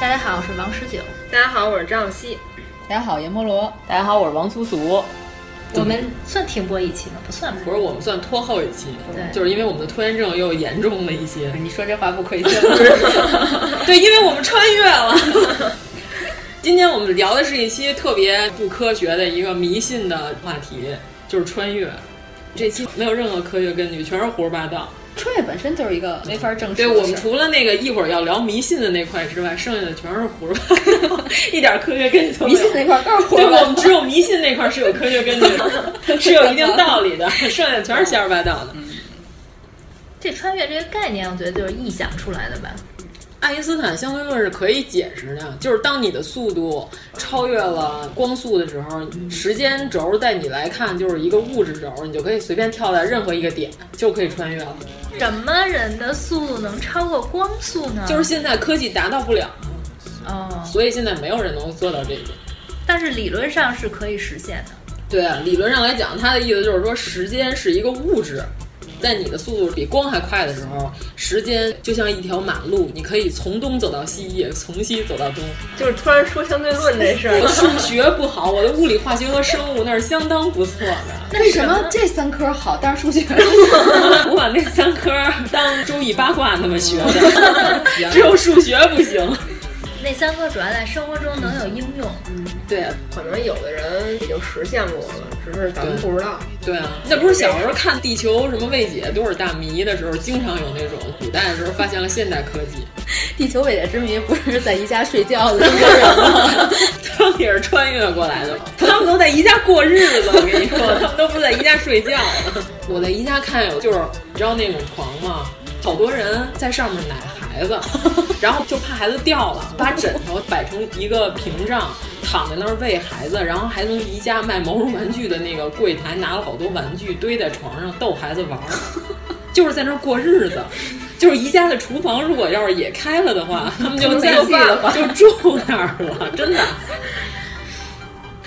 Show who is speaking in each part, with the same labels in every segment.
Speaker 1: 大家好，我是王十九。
Speaker 2: 大家好，我是张小希。
Speaker 3: 大家好，阎摩罗。
Speaker 4: 大家好，我是王苏苏。
Speaker 1: 我们算停播一期吗？不算吧。
Speaker 3: 不是，我们算拖后一期，
Speaker 1: 对
Speaker 3: 就是因为我们的拖延症又严重了一些。
Speaker 4: 你说这话不亏心。
Speaker 3: 对，因为我们穿越了。 今天我们聊的是一期特别不科学的一个迷信的话题，就是穿越。这期没有任何科学根据，全是胡说八道。嗯
Speaker 4: 穿越本身就是一个没法证实。
Speaker 3: 对我们除了那个一会儿要聊迷信的那块之外，剩下的全是胡说 八道，一点科学根据都
Speaker 4: 没有。迷信那块更是胡
Speaker 3: 说八道。对 我们只有迷信那块是有科学根据 的，是有一定道理的，剩下的全是瞎说八道的。嗯、
Speaker 1: 这穿越这个概念，我觉得就是臆想出来的吧。
Speaker 3: 爱因斯坦相对论是可以解释的，就是当你的速度超越了光速的时候，时间轴在你来看就是一个物质轴，你就可以随便跳在任何一个点，就可以穿越了。
Speaker 1: 什么人的速度能超过光速呢？
Speaker 5: 嗯
Speaker 3: 就是现在科技达到不了，
Speaker 1: 哦，
Speaker 3: 所以现在没有人能做到这一点。
Speaker 1: 但是理论上是可以实现的。
Speaker 3: 对、啊，理论上来讲，他的意思就是说，时间是一个物质，在你的速度比光还快的时候，时间就像一条马路，你可以从东走到西，也从西走到东。
Speaker 2: 就是突然说相对论这事儿。
Speaker 3: 我数学不好，我的物理、化学和生物那是相当不错的。
Speaker 4: 为什么这三科好，但是数学？
Speaker 3: 我把那三科当周易八卦那么学的，只有数学不行。
Speaker 1: 那三科主要在生活中能有应用。
Speaker 3: 嗯，对、啊，
Speaker 2: 可能有的人已经实现过了，只是咱们不知道。
Speaker 3: 对啊，那不是小时候看《地球什么未解多少大谜》的时候，经常有那种古代的时候发现了现代科技。
Speaker 4: 地球未解之谜不是在宜家睡觉 的吗？
Speaker 3: 他 们也是穿越过来的，他们都在宜家过日子。我跟你说，他们都不在宜家睡觉。我在宜家看有，就是你知道那种床吗？好多人在上面奶孩子，然后就怕孩子掉了，把枕头摆成一个屏障，躺在那儿喂孩子，然后还从宜家卖毛绒玩具的那个柜台拿了好多玩具堆在床上逗孩子玩，就是在那儿过日子。就是宜家的厨房，如果要是也开了的话，他们就在就住那儿了，真的。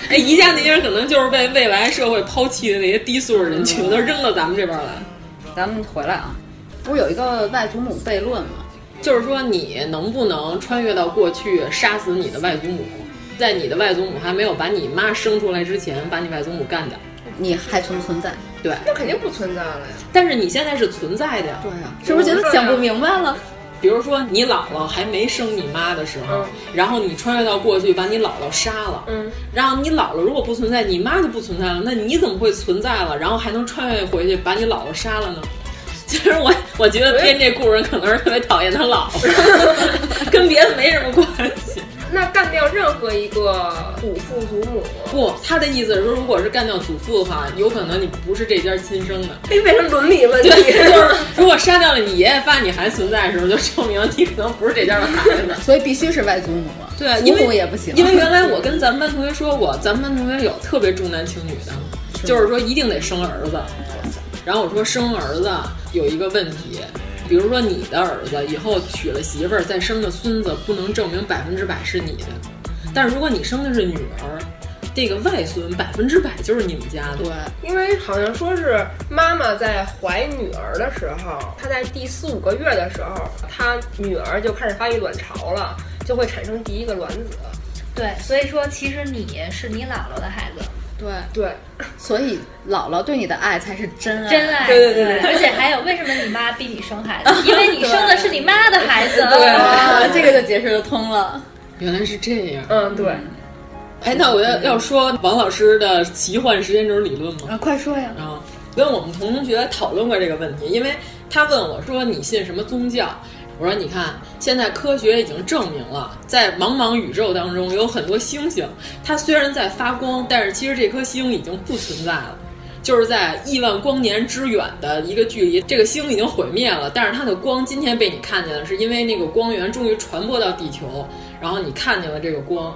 Speaker 3: 哎，宜家那些人可能就是被未来社会抛弃的那些低素质人群都扔到咱们这边来。
Speaker 4: 咱们回来啊，不是有一个外祖母悖论吗？
Speaker 3: 就是说你能不能穿越到过去，杀死你的外祖母，在你的外祖母还没有把你妈生出来之前，把你外祖母干掉。
Speaker 4: 你还存不存在？
Speaker 3: 对，
Speaker 2: 那肯定不存在了呀。
Speaker 3: 但是你现在是存在的呀。
Speaker 4: 对啊，是不是觉得想不明白了？
Speaker 3: 比如说你姥姥还没生你妈的时候，嗯、然后你穿越到过去把你姥姥杀了，
Speaker 2: 嗯，
Speaker 3: 然后你姥姥如果不存在，你妈就不存在了，那你怎么会存在了，然后还能穿越回去把你姥姥杀了呢？ 其实我我觉得编这故事可能是特别讨厌他姥 姥，跟别的没什么关系。
Speaker 2: 那干掉任何一个祖父祖母，
Speaker 3: 不，他的意思是说，如果是干掉祖父的话，有可能你不是这家亲生的。
Speaker 2: 因为什么伦理问题？
Speaker 3: 就是如果杀掉了你爷爷，发现你还存在的时候，就证明你可能不是这家的孩子，
Speaker 4: 所以必须是外祖母。
Speaker 3: 对，因为
Speaker 4: 也不行。
Speaker 3: 因为原来我跟咱们班同学说过，咱们班同学有特别重男轻女的，
Speaker 4: 是
Speaker 3: 就是说一定得生儿子。然后我说生儿子有一个问题。比如说，你的儿子以后娶了媳妇儿，再生个孙子，不能证明百分之百是你的。但是如果你生的是女儿，这个外孙百分之百就是你们家的。
Speaker 2: 对，因为好像说是妈妈在怀女儿的时候，她在第四五个月的时候，她女儿就开始发育卵巢了，就会产生第一个卵子。
Speaker 1: 对，所以说其实你是你姥姥的孩子，
Speaker 4: 对，
Speaker 2: 对，
Speaker 4: 所以姥姥对你的爱才是真爱。
Speaker 1: 真爱。
Speaker 3: 对对对对
Speaker 1: 而且还有，为什么你妈逼你生孩 子？因为你生的是你妈的孩子。
Speaker 4: 啊，这个就解释得通了。
Speaker 3: 原来是这样。
Speaker 2: 嗯，对，
Speaker 3: 哎，那我要要说王老师的奇幻时间轴理论吗？
Speaker 4: 嗯啊，快说呀！
Speaker 3: 啊，跟我们同学讨论过这个问题，因为他问我说你信什么宗教？我说你看，现在科学已经证明了，在茫茫宇宙当中有很多星星，它虽然在发光，但是其实这颗星已经不存在了。就是在亿万光年之远的一个距离，这个星已经毁灭了，但是它的光今天被你看见了，是因为那个光源终于传播到地球，然后你看见了这个光。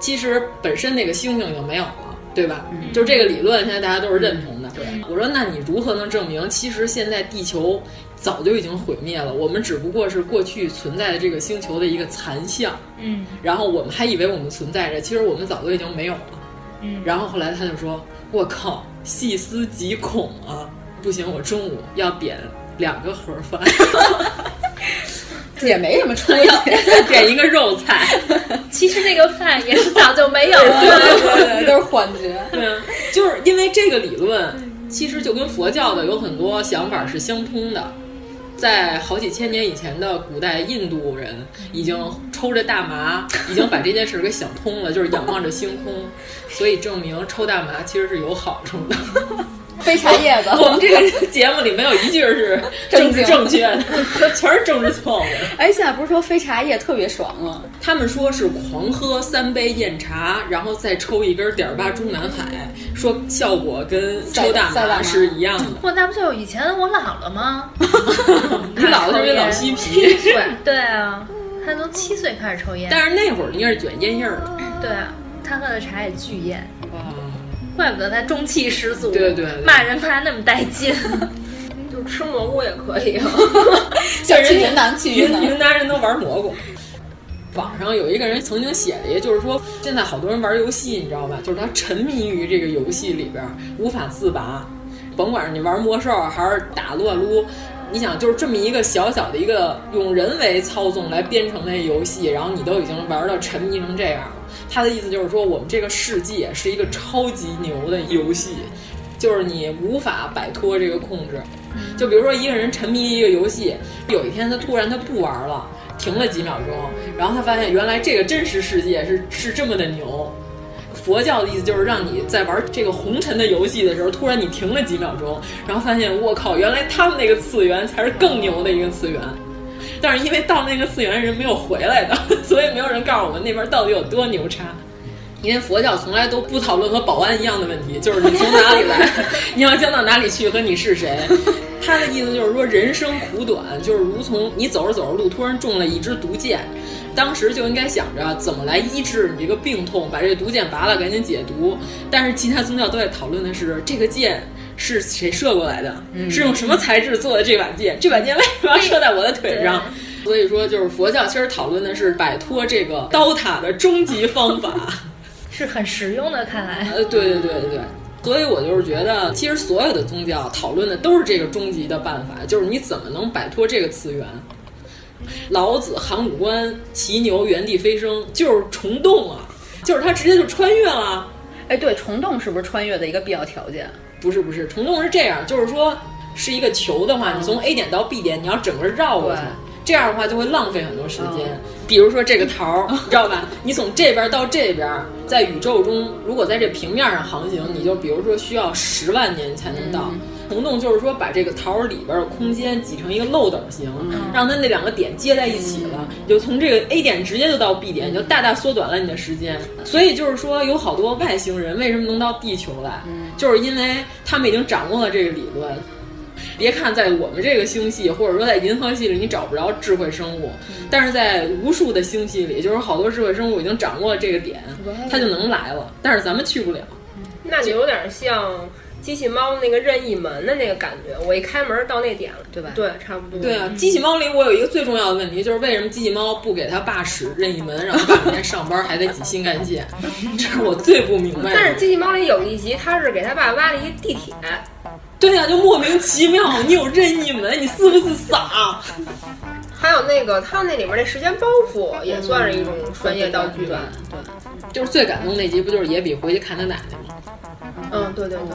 Speaker 3: 其实本身那个星星已经没有了，对吧？就这个理论，现在大家都是认同的。我说，那你如何能证明其实现在地球早就已经毁灭了？我们只不过是过去存在的这个星球的一个残像，
Speaker 1: 嗯
Speaker 3: 然后我们还以为我们存在着，其实我们早就已经没有了。
Speaker 1: 嗯，
Speaker 3: 然后后来他就说：“我靠，细思极恐啊！不行，我中午要点两个盒饭，
Speaker 4: 也没什么出
Speaker 3: 要再点一个肉菜。
Speaker 1: 其实那个饭也是早就没有 了。
Speaker 4: 对，都是幻 觉。
Speaker 3: 对啊，就是因为这个理论，其实就跟佛教的有很多想法是相通的。在好几千年以前的古代印度人已经抽着大麻，已经把这件事儿给想通了，就是仰望着星空，所以证明抽大麻其实是有好处的。
Speaker 4: 飞茶叶子，
Speaker 3: 我们这个节目里没有一句是政治正确的， 全是政治错误。
Speaker 4: 哎，现在不是说飞茶叶特别爽吗？
Speaker 3: 他们说是狂喝三杯燕茶，然后再抽一根点儿八中南海，说效果跟抽大
Speaker 4: 再再大
Speaker 3: 麻
Speaker 4: 麻
Speaker 3: 是一样的。
Speaker 1: 我那不就是以前我姥姥吗？
Speaker 3: 你姥姥就是一老嬉 皮，
Speaker 1: 对对啊，她从七岁开始抽烟，
Speaker 3: 但是那会儿应该是卷烟叶儿的。
Speaker 1: 对啊，她喝的茶也巨艳，怪不得她中气十足。
Speaker 3: 对对对
Speaker 1: 骂人骂那么带劲。
Speaker 2: 就是吃蘑菇也可 以啊。
Speaker 4: 像去云南，去
Speaker 3: 云
Speaker 4: 云南，
Speaker 3: 云南人都玩蘑菇。网上有一个人曾经写了一个，就是说现在好多人玩游戏，你知道吧？就是他沉迷于这个游戏里边儿无法自拔，甭管是你玩魔兽还是打撸啊撸，你想就是这么一个小小的一个用人为操纵来编程的游戏，然后你都已经玩到沉迷成这样了。他的意思就是说，我们这个世界是一个超级牛的游戏，就是你无法摆脱这个控制。就比如说一个人沉迷一个游戏，有一天他突然他不玩了，停了几秒钟，然后他发现原来这个真实世界是是这么的牛。佛教的意思就是让你在玩这个红尘的游戏的时候，突然你停了几秒钟，然后发现我靠，原来他们那个次元才是更牛的一个次元。但是因为到那个次元人没有回来的， 所以没有人告诉我们那边到底有多牛叉。因为佛教从来都不讨论和保安一样的问题，就是你从哪里来， 你要将到哪里去和你是谁。他的意思就是说，人生苦短，就是如从你走着走着路，突然中了一支毒箭，当时就应该想着怎么来医治你这个病痛，把这毒箭拔了，赶紧解毒。但是其他宗教都在讨论的是，这个箭是谁射过来的，是用什么材质做的这把剑，这把剑为什么要射在我的腿上？所以说，就是佛教其实讨论的是摆脱这个刀塔的终极方法。
Speaker 1: 是很实用的，看来。
Speaker 3: 呃，对对对对对。所以我就是觉得，其实所有的宗教讨论的都是这个终极的办法，就是你怎么能摆脱这个次元。老子、函谷关、骑牛原地飞升，就是虫洞啊，就是他直接就穿越了。
Speaker 4: 哎，对，虫洞是不是穿越的一个必要条件？
Speaker 3: 不是不是，虫洞是这样，就是说是一个球的话，你从 A 点到 B 点，你要整个绕过去
Speaker 4: 对。
Speaker 3: 这样的话就会浪费很多时间，比如说这个桃儿，你知道吧？你从这边到这边，在宇宙中，如果在这平面上航行，你就比如说需要十万年才能到。虫洞就是说把这个桃儿里边的空间挤成一个漏斗形，让它那两个点接在一起了，你就从这个 A 点直接就到 B 点，你就大大缩短了你的时间。所以就是说，有好多外星人为什么能到地球来，就是因为他们已经掌握了这个理论。别看在我们这个星系，或者说在银河系里，你找不着智慧生物，但是在无数的星系里，就是好多智慧生物已经掌握了这个点，它就能来了。但是咱们去不了。
Speaker 2: 那就有点像机器猫那个任意门的那个感觉。我一开门到那点了，
Speaker 4: 对吧
Speaker 2: 对，差不多。
Speaker 3: 对啊，机器猫里我有一个最重要的问题，就是为什么机器猫不给它爸使任意门，让它爸每天上班还得挤新干 线？这是我最不明白的。
Speaker 2: 但是机器猫里有一集，他是给他爸挖了一个地铁，
Speaker 3: 啊对呀、就莫名其妙，你有任意门，你是不是傻？
Speaker 2: 还有那个他那里面那时间包袱也算是一种专业道具吧。
Speaker 3: 就是最感动那集，不就是野比回去看他奶奶吗？
Speaker 2: 嗯，对对对。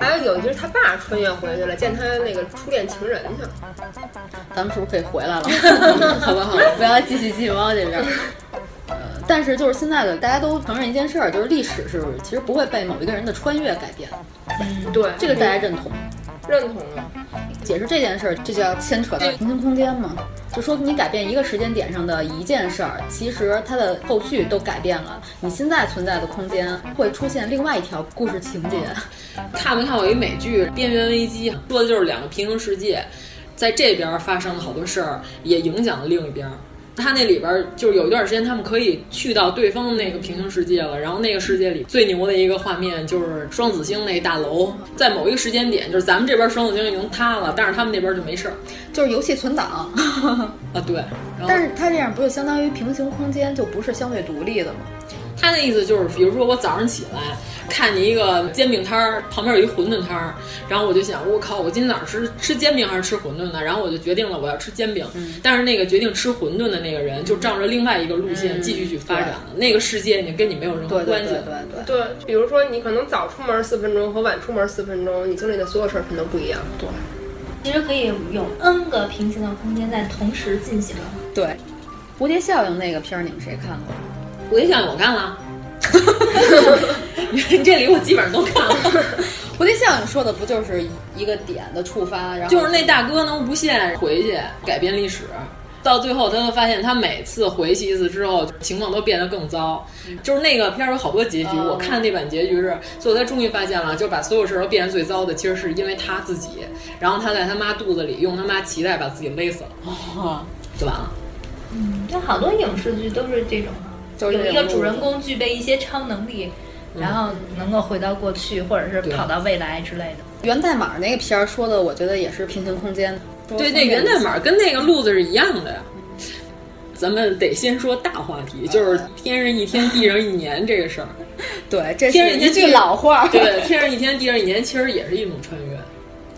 Speaker 2: 还有有一集是他爸穿越回去了，见他那个初恋情人去了。
Speaker 4: 咱们是不是可以回 来了？
Speaker 3: 好吧，好吧。
Speaker 4: 不要继续鸡毛这边。呃，但是就是现在的大家都承认一件事儿，就是历史是其实不会被某一个人的穿越改变，
Speaker 2: 对，
Speaker 4: 这个大家认同。
Speaker 2: 认同了。
Speaker 4: 解释这件事儿，这叫牵扯到平行空间嘛？就说你改变一个时间点上的一件事儿，其实它的后续都改变了，你现在存在的空间会出现另外一条故事情节。
Speaker 3: 哦看没看过一美剧《边缘危机》，说的就是两个平行世界，在这边发生了好多事儿，也影响了另一边。他那里边就是有一段时间，他们可以去到对方那个平行世界了。然后那个世界里最牛的一个画面就是双子星那大楼，在某一个时间点，就是咱们这边双子星已经塌了，但是他们那边就没事儿
Speaker 4: 就是游戏存 档，
Speaker 3: 啊。对，然后
Speaker 4: 但是它这样不就相当于平行空间就不是相对独立的吗？
Speaker 3: 他的意思就是，比如说我早上起来看见一个煎饼摊儿，旁边有一馄饨摊儿，然后我就想，我靠，我今天早上吃吃煎饼还是吃馄饨呢？然后我就决定了我要吃煎饼。
Speaker 4: 嗯
Speaker 3: 但是那个决定吃馄饨的那个人，就照着另外一个路线继续去发展了。那个世界你跟你没有任何
Speaker 4: 嗯对对
Speaker 3: 关系
Speaker 4: 对
Speaker 3: 了。
Speaker 4: 对对。
Speaker 2: 对，比如说你可能早出门四分钟和晚出门四分钟，你经历的所有事儿可能不一样。对，
Speaker 5: 其实可以有 N 个平行的空间在同时进行。
Speaker 4: 对，蝴蝶效应那个片儿你们谁看过？
Speaker 3: 我也想我干了， 你这里我基本上都看了。
Speaker 4: 蝴蝶效应说的不就是一个点的触发，然后
Speaker 3: 就是那大哥能无限回去改变历史，到最后他就发现他每次回去一次之后，情况都变得更糟。就是那个片儿有好多结局，我看那版结局是最后他终于发现了，就把所有事儿都变成最糟的，其实是因为他自己，然后他在他妈肚子里用他妈脐带把自己勒死了，就完了。
Speaker 5: 嗯，那好多影视剧都是这种，
Speaker 4: 就是
Speaker 5: 有
Speaker 4: 这种
Speaker 5: 一个主人公具备一些超能力，然后能够回到过去，或者是
Speaker 3: 对
Speaker 5: 跑到未来之类的。
Speaker 4: 源代码那个片儿说的，我觉得也是平行空间。
Speaker 3: 对，那源代码跟那个路子是一样的呀。咱们得先说大话题，就是天上一天，地上一年这个事儿。
Speaker 4: 对，这
Speaker 3: 天
Speaker 4: 是
Speaker 3: 上一天
Speaker 4: 一句老话儿。
Speaker 3: 对，天上一天，地上一年，其实也是一种穿越。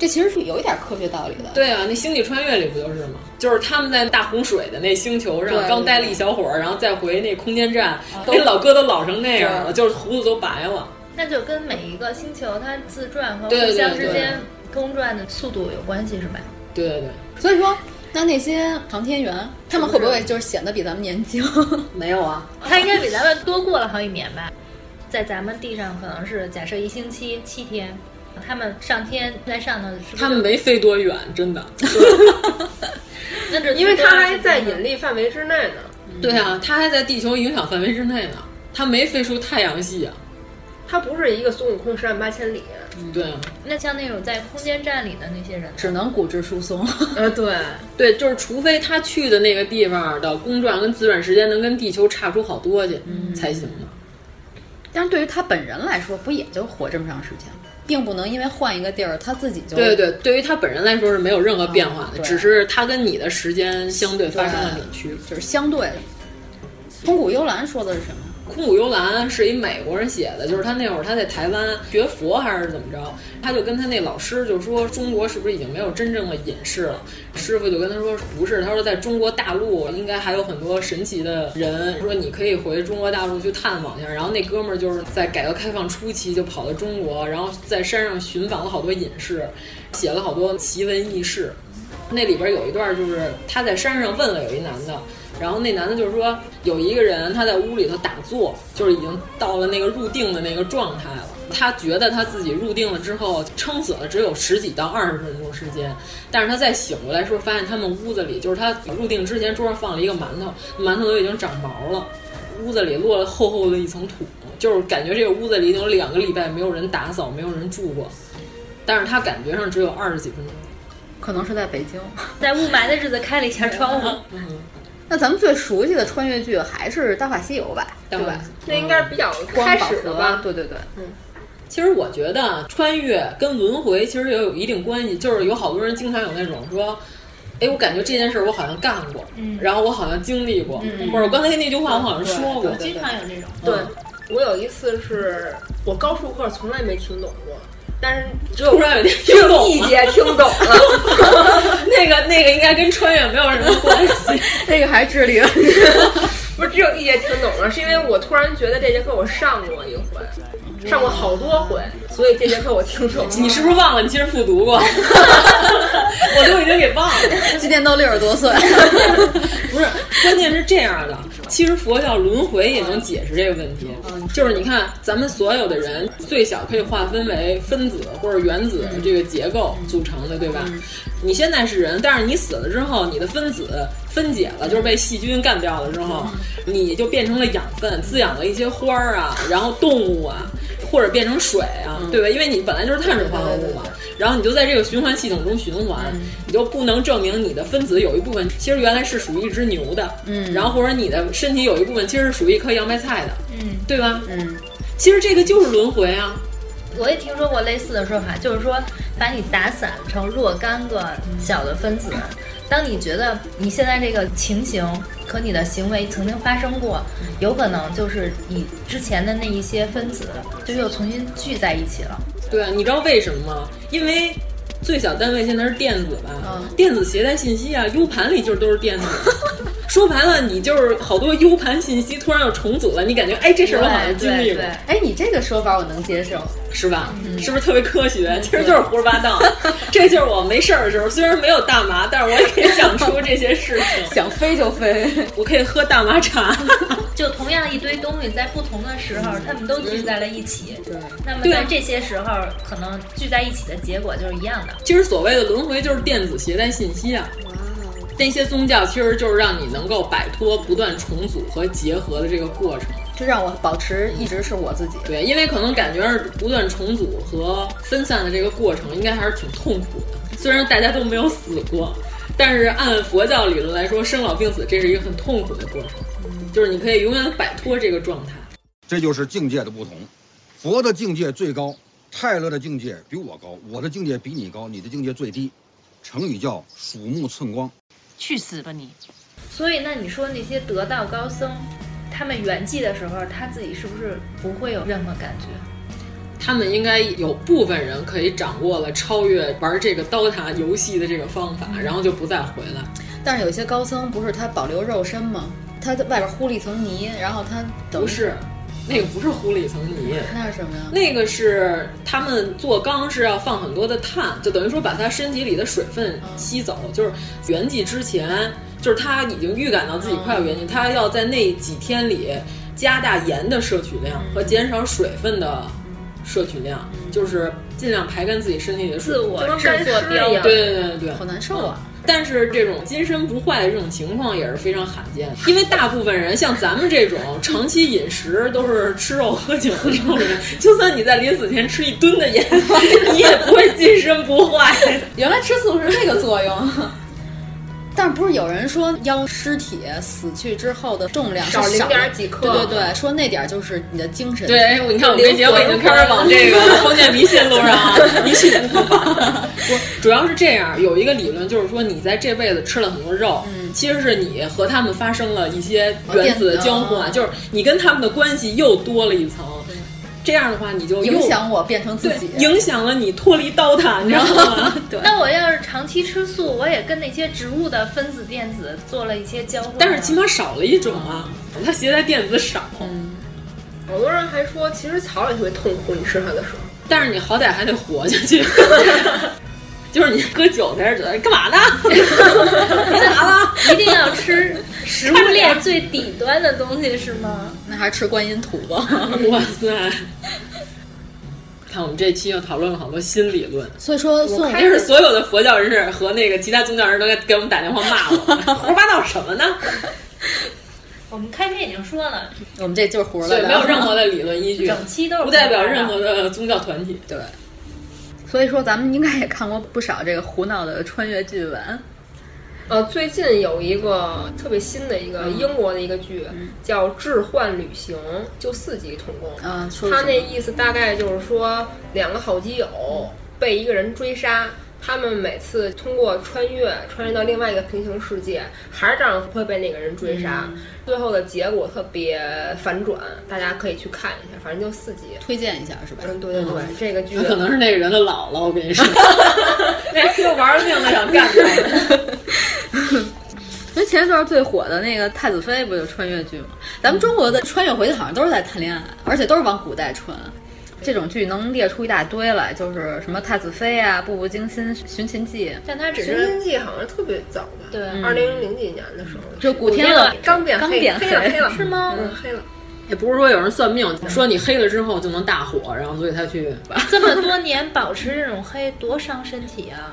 Speaker 4: 这其实是有一点科学道理的。
Speaker 3: 对啊，那《星际穿越》里不就是吗？就是他们在大洪水的那星球上
Speaker 4: 对
Speaker 3: 刚待了一小会儿，然后再回那空间站，
Speaker 4: 都
Speaker 3: 那老哥都老成那样了，就是胡子都白了。
Speaker 5: 那就跟每一个星球它自转和
Speaker 3: 对对
Speaker 5: 互相
Speaker 3: 对
Speaker 5: 之
Speaker 3: 对
Speaker 5: 间公转的速度有关系，是吧？
Speaker 3: 对对对，
Speaker 4: 所以说，那那些航天员，他们会不会就是显得比咱们年轻？
Speaker 3: 没有啊，
Speaker 5: 它应该比咱们多过了好几年吧？在咱们地上可能是假设一星期七天，他们上天在上头是不是
Speaker 3: 他们没飞多远，真的。
Speaker 5: 跟着，
Speaker 2: 因为他还在引力范围之内呢，
Speaker 3: 对
Speaker 4: 嗯
Speaker 3: 啊，他还在地球影响范围之内呢，他没飞出太阳系啊。
Speaker 2: 他不是一个孙悟空十万八千里。
Speaker 3: 对啊，
Speaker 5: 那像那种在空间站里的那些人，
Speaker 4: 嗯只能骨质疏松。
Speaker 2: 呃，对，
Speaker 3: 对，就是除非他去的那个地方的公转跟自转时间能跟地球差出好多去，
Speaker 4: 嗯
Speaker 3: 才行呢。
Speaker 4: 但是对于他本人来说，不也就活这么长时间吗？并不能因为换一个地儿，他自己就
Speaker 3: 对对，对于他本人来说是没有任何变化
Speaker 4: 嗯
Speaker 3: 的，
Speaker 4: 对
Speaker 3: 只是他跟你的时间相对发生了扭曲。
Speaker 4: 就是相对的。空谷幽兰说的是什么？
Speaker 3: 空谷幽兰是一美国人写的，就是他那会儿他在台湾学佛还是怎么着，他就跟他那老师就说中国是不是已经没有真正的隐士了？师傅就跟他说不是，他说在中国大陆应该还有很多神奇的人，说你可以回中国大陆去探访一下。然后那哥们儿就是在改革开放初期就跑到中国，然后在山上寻访了好多隐士，写了好多奇闻异事。那里边有一段就是他在山上问了有一男的，然后那男的就是说有一个人他在屋里头打坐，就是已经到了那个入定的那个状态了。他觉得他自己入定了之后撑死了只有十几到二十分钟时间，但是他再醒过来的时候发现他们屋子里就是他入定之前桌上放了一个馒头，馒头都已经长毛了，屋子里落了厚厚的一层土，就是感觉这个屋子里已经有两个礼拜没有人打扫，没有人住过，但是他感觉上只有二十几分钟。
Speaker 4: 可能是在北京。
Speaker 5: 在雾霾的日子开了一下窗 户。
Speaker 4: 那咱们最熟悉的穿越剧还是《大话西游》吧，对吧？
Speaker 2: 那应该是比较开始的吧？
Speaker 4: 对对对，
Speaker 3: 其实我觉得穿越跟轮回其实也有一定关系，就是有好多人经常有那种说。哎，我感觉这件事儿我好像干过，
Speaker 2: 嗯
Speaker 3: 然后我好像经历过，或者我刚才那句话我好像说过，
Speaker 5: 经常有这种，
Speaker 2: 对，我有一次是我高数课从来没听懂过，
Speaker 3: 但是只有突然有天
Speaker 2: 只有一节听懂 了，
Speaker 3: 那个那个应该跟穿越没有什么关系，
Speaker 4: 那个还智力。
Speaker 2: 不是只有一节听懂了，是因为我突然觉得这节课我上过一回，上过好多回，所以这节课我听懂了。
Speaker 3: 你是不是忘了？你其实复读 过，我都已经给忘了。
Speaker 4: 今年都六十多 岁，
Speaker 3: 不是，关键是这样的。其实佛教轮回也能解释这个问题，就是你看咱们所有的人最小可以划分为分子或者原子这个结构组成的，对吧？你现在是人，但是你死了之后，你的分子分解了，就是被细菌干掉了之后，你就变成了养分，滋养了一些花儿啊，然后动物啊，或者变成水啊，
Speaker 4: 嗯
Speaker 3: 对吧？因为你本来就是碳水化合物嘛，然后你就在这个循环系统中循环，
Speaker 4: 嗯
Speaker 3: 你就不能证明你的分子有一部分其实原来是属于一只牛的，
Speaker 4: 嗯
Speaker 3: 然后或者你的身体有一部分其实是属于一颗洋白菜的，
Speaker 5: 嗯，
Speaker 3: 对吧？
Speaker 4: 嗯，
Speaker 3: 其实这个就是轮回啊，
Speaker 5: 我也听说过类似的说法，就是说把你打散成若干个小的分子。当你觉得你现在这个情形和你的行为曾经发生过，有可能就是你之前的那一些分子就又重新聚在一起了。
Speaker 3: 对啊，你知道为什么吗？因为最小单位现在是电子吧，
Speaker 4: 嗯
Speaker 3: 电子携带信息啊，U 盘里就是都是电子。 说白了，你就是好多 U 盘信息突然又重组了，你感觉哎，这事儿我好像经历过，
Speaker 4: 哎，你这个说法我能接受。
Speaker 3: 是吧？
Speaker 4: 嗯
Speaker 3: 是不是特别科学？其实就是胡说八道。 这就是我没事儿的时候，虽然没有大麻，但是我也可以想出这些事情。
Speaker 4: 想飞就飞，
Speaker 3: 我可以喝大麻茶。
Speaker 5: 就同样一堆东西，在不同的时候，它们都聚在了一起。
Speaker 4: 对，
Speaker 5: 那么
Speaker 3: 对啊
Speaker 5: 在这些时候，可能聚在一起的结果就是一样的。
Speaker 3: 其实所谓的轮回就是电子携带信息啊。那些宗教其实就是让你能够摆脱不断重组和结合的这个过程。
Speaker 4: 就让我保持一直是我自己。
Speaker 3: 对，因为可能感觉是不断重组和分散的这个过程，应该还是挺痛苦的。虽然大家都没有死过，但是按佛教理论来说，生老病死这是一个很痛苦的过程，就是你可以永远摆脱这个状态。
Speaker 6: 这就是境界的不同。佛的境界最高，泰勒的境界比我高，我的境界比你高，你的境界最低。成语叫鼠目寸光。
Speaker 7: 去死吧你！
Speaker 5: 所以，那你说那些得道高僧，他们圆寂的时候，他自己是不是不会有任何感觉？
Speaker 3: 他们应该有部分人可以掌握了超越玩这个刀塔游戏的这个方法，然后就不再回来。
Speaker 4: 但是有些高僧不是他保留肉身吗？他在外边糊了一层泥，然后他等于
Speaker 3: 不是，那个不是糊了一层泥，
Speaker 4: 那是什么呀？
Speaker 3: 那个是他们做缸是要放很多的碳，就等于说把他身体里的水分吸走，就是圆寂之前，就是他已经预感到自己快要圆寂，他要在那几天里加大盐的摄取量和减少水分的摄取量，就是尽量排干自己身体里的水
Speaker 5: 自
Speaker 3: 分。
Speaker 5: 我制作标
Speaker 3: 对对对对，
Speaker 4: 好难受啊！
Speaker 3: 但是这种金身不坏的这种情况也是非常罕见的，因为大部分人像咱们这种长期饮食都是吃肉喝酒的这种人，就算你在临死前吃一吨的盐， 你也不会金身不坏。
Speaker 4: 原来吃素是这个作用。 但不是有人说腰尸体死去之后的重量是
Speaker 2: 少零
Speaker 4: 少
Speaker 2: 点几克
Speaker 4: 对对对，说那点儿就是你的精神。
Speaker 3: 对，你看我们这节目已经开始往 这个封建迷信路上啊迷信不 不，主要是这样，有一个理论就是说，你在这辈子吃了很多肉，
Speaker 4: 嗯
Speaker 3: 其实是你和他们发生了一些
Speaker 4: 哦
Speaker 3: 原子的交换，就是你跟他们的关系又多了一层。这样的话，你就又
Speaker 4: 影响我变成自己。
Speaker 3: 影响了你脱离刀塔，你知道吗？
Speaker 4: 对
Speaker 5: 那我要是长期吃素，我也跟那些植物的分子电子做了一些交互。
Speaker 3: 但是起码少了一种啊，它携带电子少，
Speaker 4: 嗯
Speaker 2: 好多人还说，其实草也特别痛苦，你吃它的时候。
Speaker 3: 但是你好歹还得活下去。 就是你喝酒在这儿干嘛呢？你咋了？
Speaker 5: 一定要吃食物链最底端的东西是吗？
Speaker 4: 那还是吃观音土吧。
Speaker 3: 哇塞！看我们这期又讨论了好多新理论，
Speaker 4: 所以说宋
Speaker 3: 这是所有的佛教人士和那个其他宗教人都给我们打电话骂我们，胡说八道什么呢？
Speaker 5: 我们开篇已经说了，
Speaker 4: 我们这就是胡了
Speaker 3: 对，没有任何的理论依据，
Speaker 5: 整期都是
Speaker 3: 不代表任何的宗教团体。
Speaker 4: 对。 所以说咱们应该也看过不少这个胡闹的穿越剧本。
Speaker 2: 呃，最近有一个特别新的一个英国的一个剧，叫《置换旅行》，就四集统共。
Speaker 4: 啊，说的
Speaker 2: 他
Speaker 4: 什么
Speaker 2: 那意思大概就是说，两个好基友被一个人追杀，他们每次通过穿越穿越到另外一个平行世界，还是照样会被那个人追杀，最后的结果特别反转，大家可以去看一下，反正就四集，
Speaker 4: 推荐一下是吧？
Speaker 2: 嗯，对对对，
Speaker 3: 嗯
Speaker 2: 这个剧
Speaker 3: 他可能是那个人的姥姥，我跟你说，
Speaker 2: 那又玩命的想干
Speaker 4: 所以前一段最火的那个太子妃不就穿越剧吗？咱们中国的穿越回去好像都是在谈恋爱，而且都是往古代穿。这种剧能列出一大堆来，就是什么太子妃啊、步步惊心、寻秦记，
Speaker 2: 但它只是《寻秦记》好像特别早吧，对，二零零几年的时候，
Speaker 4: 就古
Speaker 2: 天
Speaker 4: 天
Speaker 2: 乐
Speaker 4: 乐
Speaker 2: 刚变
Speaker 4: 刚
Speaker 2: 黑
Speaker 4: 变
Speaker 2: 黑了黑了
Speaker 4: 是吗？，
Speaker 2: 嗯，黑了。
Speaker 3: 也不是说有人算命说你黑了之后就能大火，然后所以他去
Speaker 5: 这么多年保持这种黑多伤身体啊！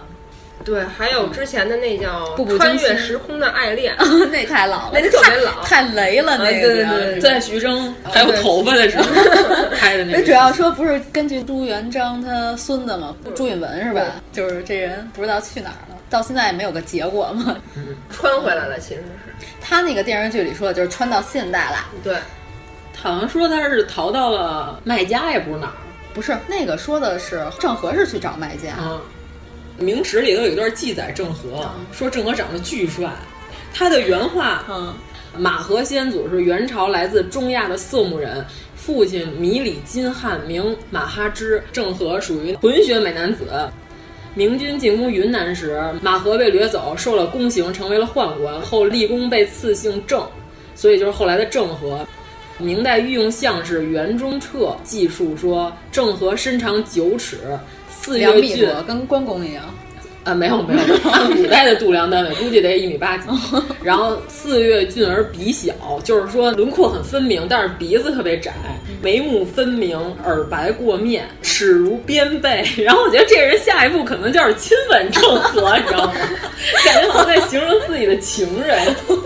Speaker 2: 对，还有之前的那叫
Speaker 5: 步步
Speaker 2: 《
Speaker 5: 惊
Speaker 2: 穿
Speaker 5: 心
Speaker 2: 越时空的爱恋》
Speaker 4: 啊 那太老了，
Speaker 2: 那特别老，
Speaker 4: 太雷了那个。
Speaker 2: 啊对对对
Speaker 3: 在徐峥还有头发的时候拍的那
Speaker 4: 那
Speaker 3: 个，
Speaker 4: 主要说不是根据朱元璋他孙子嘛，朱允文是吧？就是这人不知道去哪儿了，到现在也没有个结果嘛。
Speaker 2: 穿回来了，其实是
Speaker 4: 他那个电视剧里说的就是穿到现代了，
Speaker 2: 对，
Speaker 3: 好像说他是逃到了麦家，也不知哪儿。
Speaker 4: 不是那个说的是郑和是去找卖家，
Speaker 3: 啊，明史里头有一段记载郑和，说郑和长得巨帅，他的原话，
Speaker 4: 嗯，
Speaker 3: 马和先祖是元朝来自中亚的色目人。父亲米里金汉名马哈之，郑和属于混血美男子。明军进攻云南时，马和被掠走，受了宫刑，成为了宦官，后立功被赐姓郑，所以就是后来的郑和。明代御用相士袁中彻记述说，郑和身长九尺，四
Speaker 4: 两
Speaker 3: 月
Speaker 4: 米
Speaker 3: 郡
Speaker 4: 多，跟关公一样。
Speaker 3: 啊，没有没有，按古代的度量单位，估计得一米八几。
Speaker 5: 哦
Speaker 3: 然后四月俊儿鼻小，就是说轮廓很分明，但是鼻子特别窄，
Speaker 5: 嗯
Speaker 3: 眉目分明，耳白过面，齿如边贝。然后我觉得这个人下一步可能就是亲吻郑和，你知道吗？感觉好像在形容自己的情人，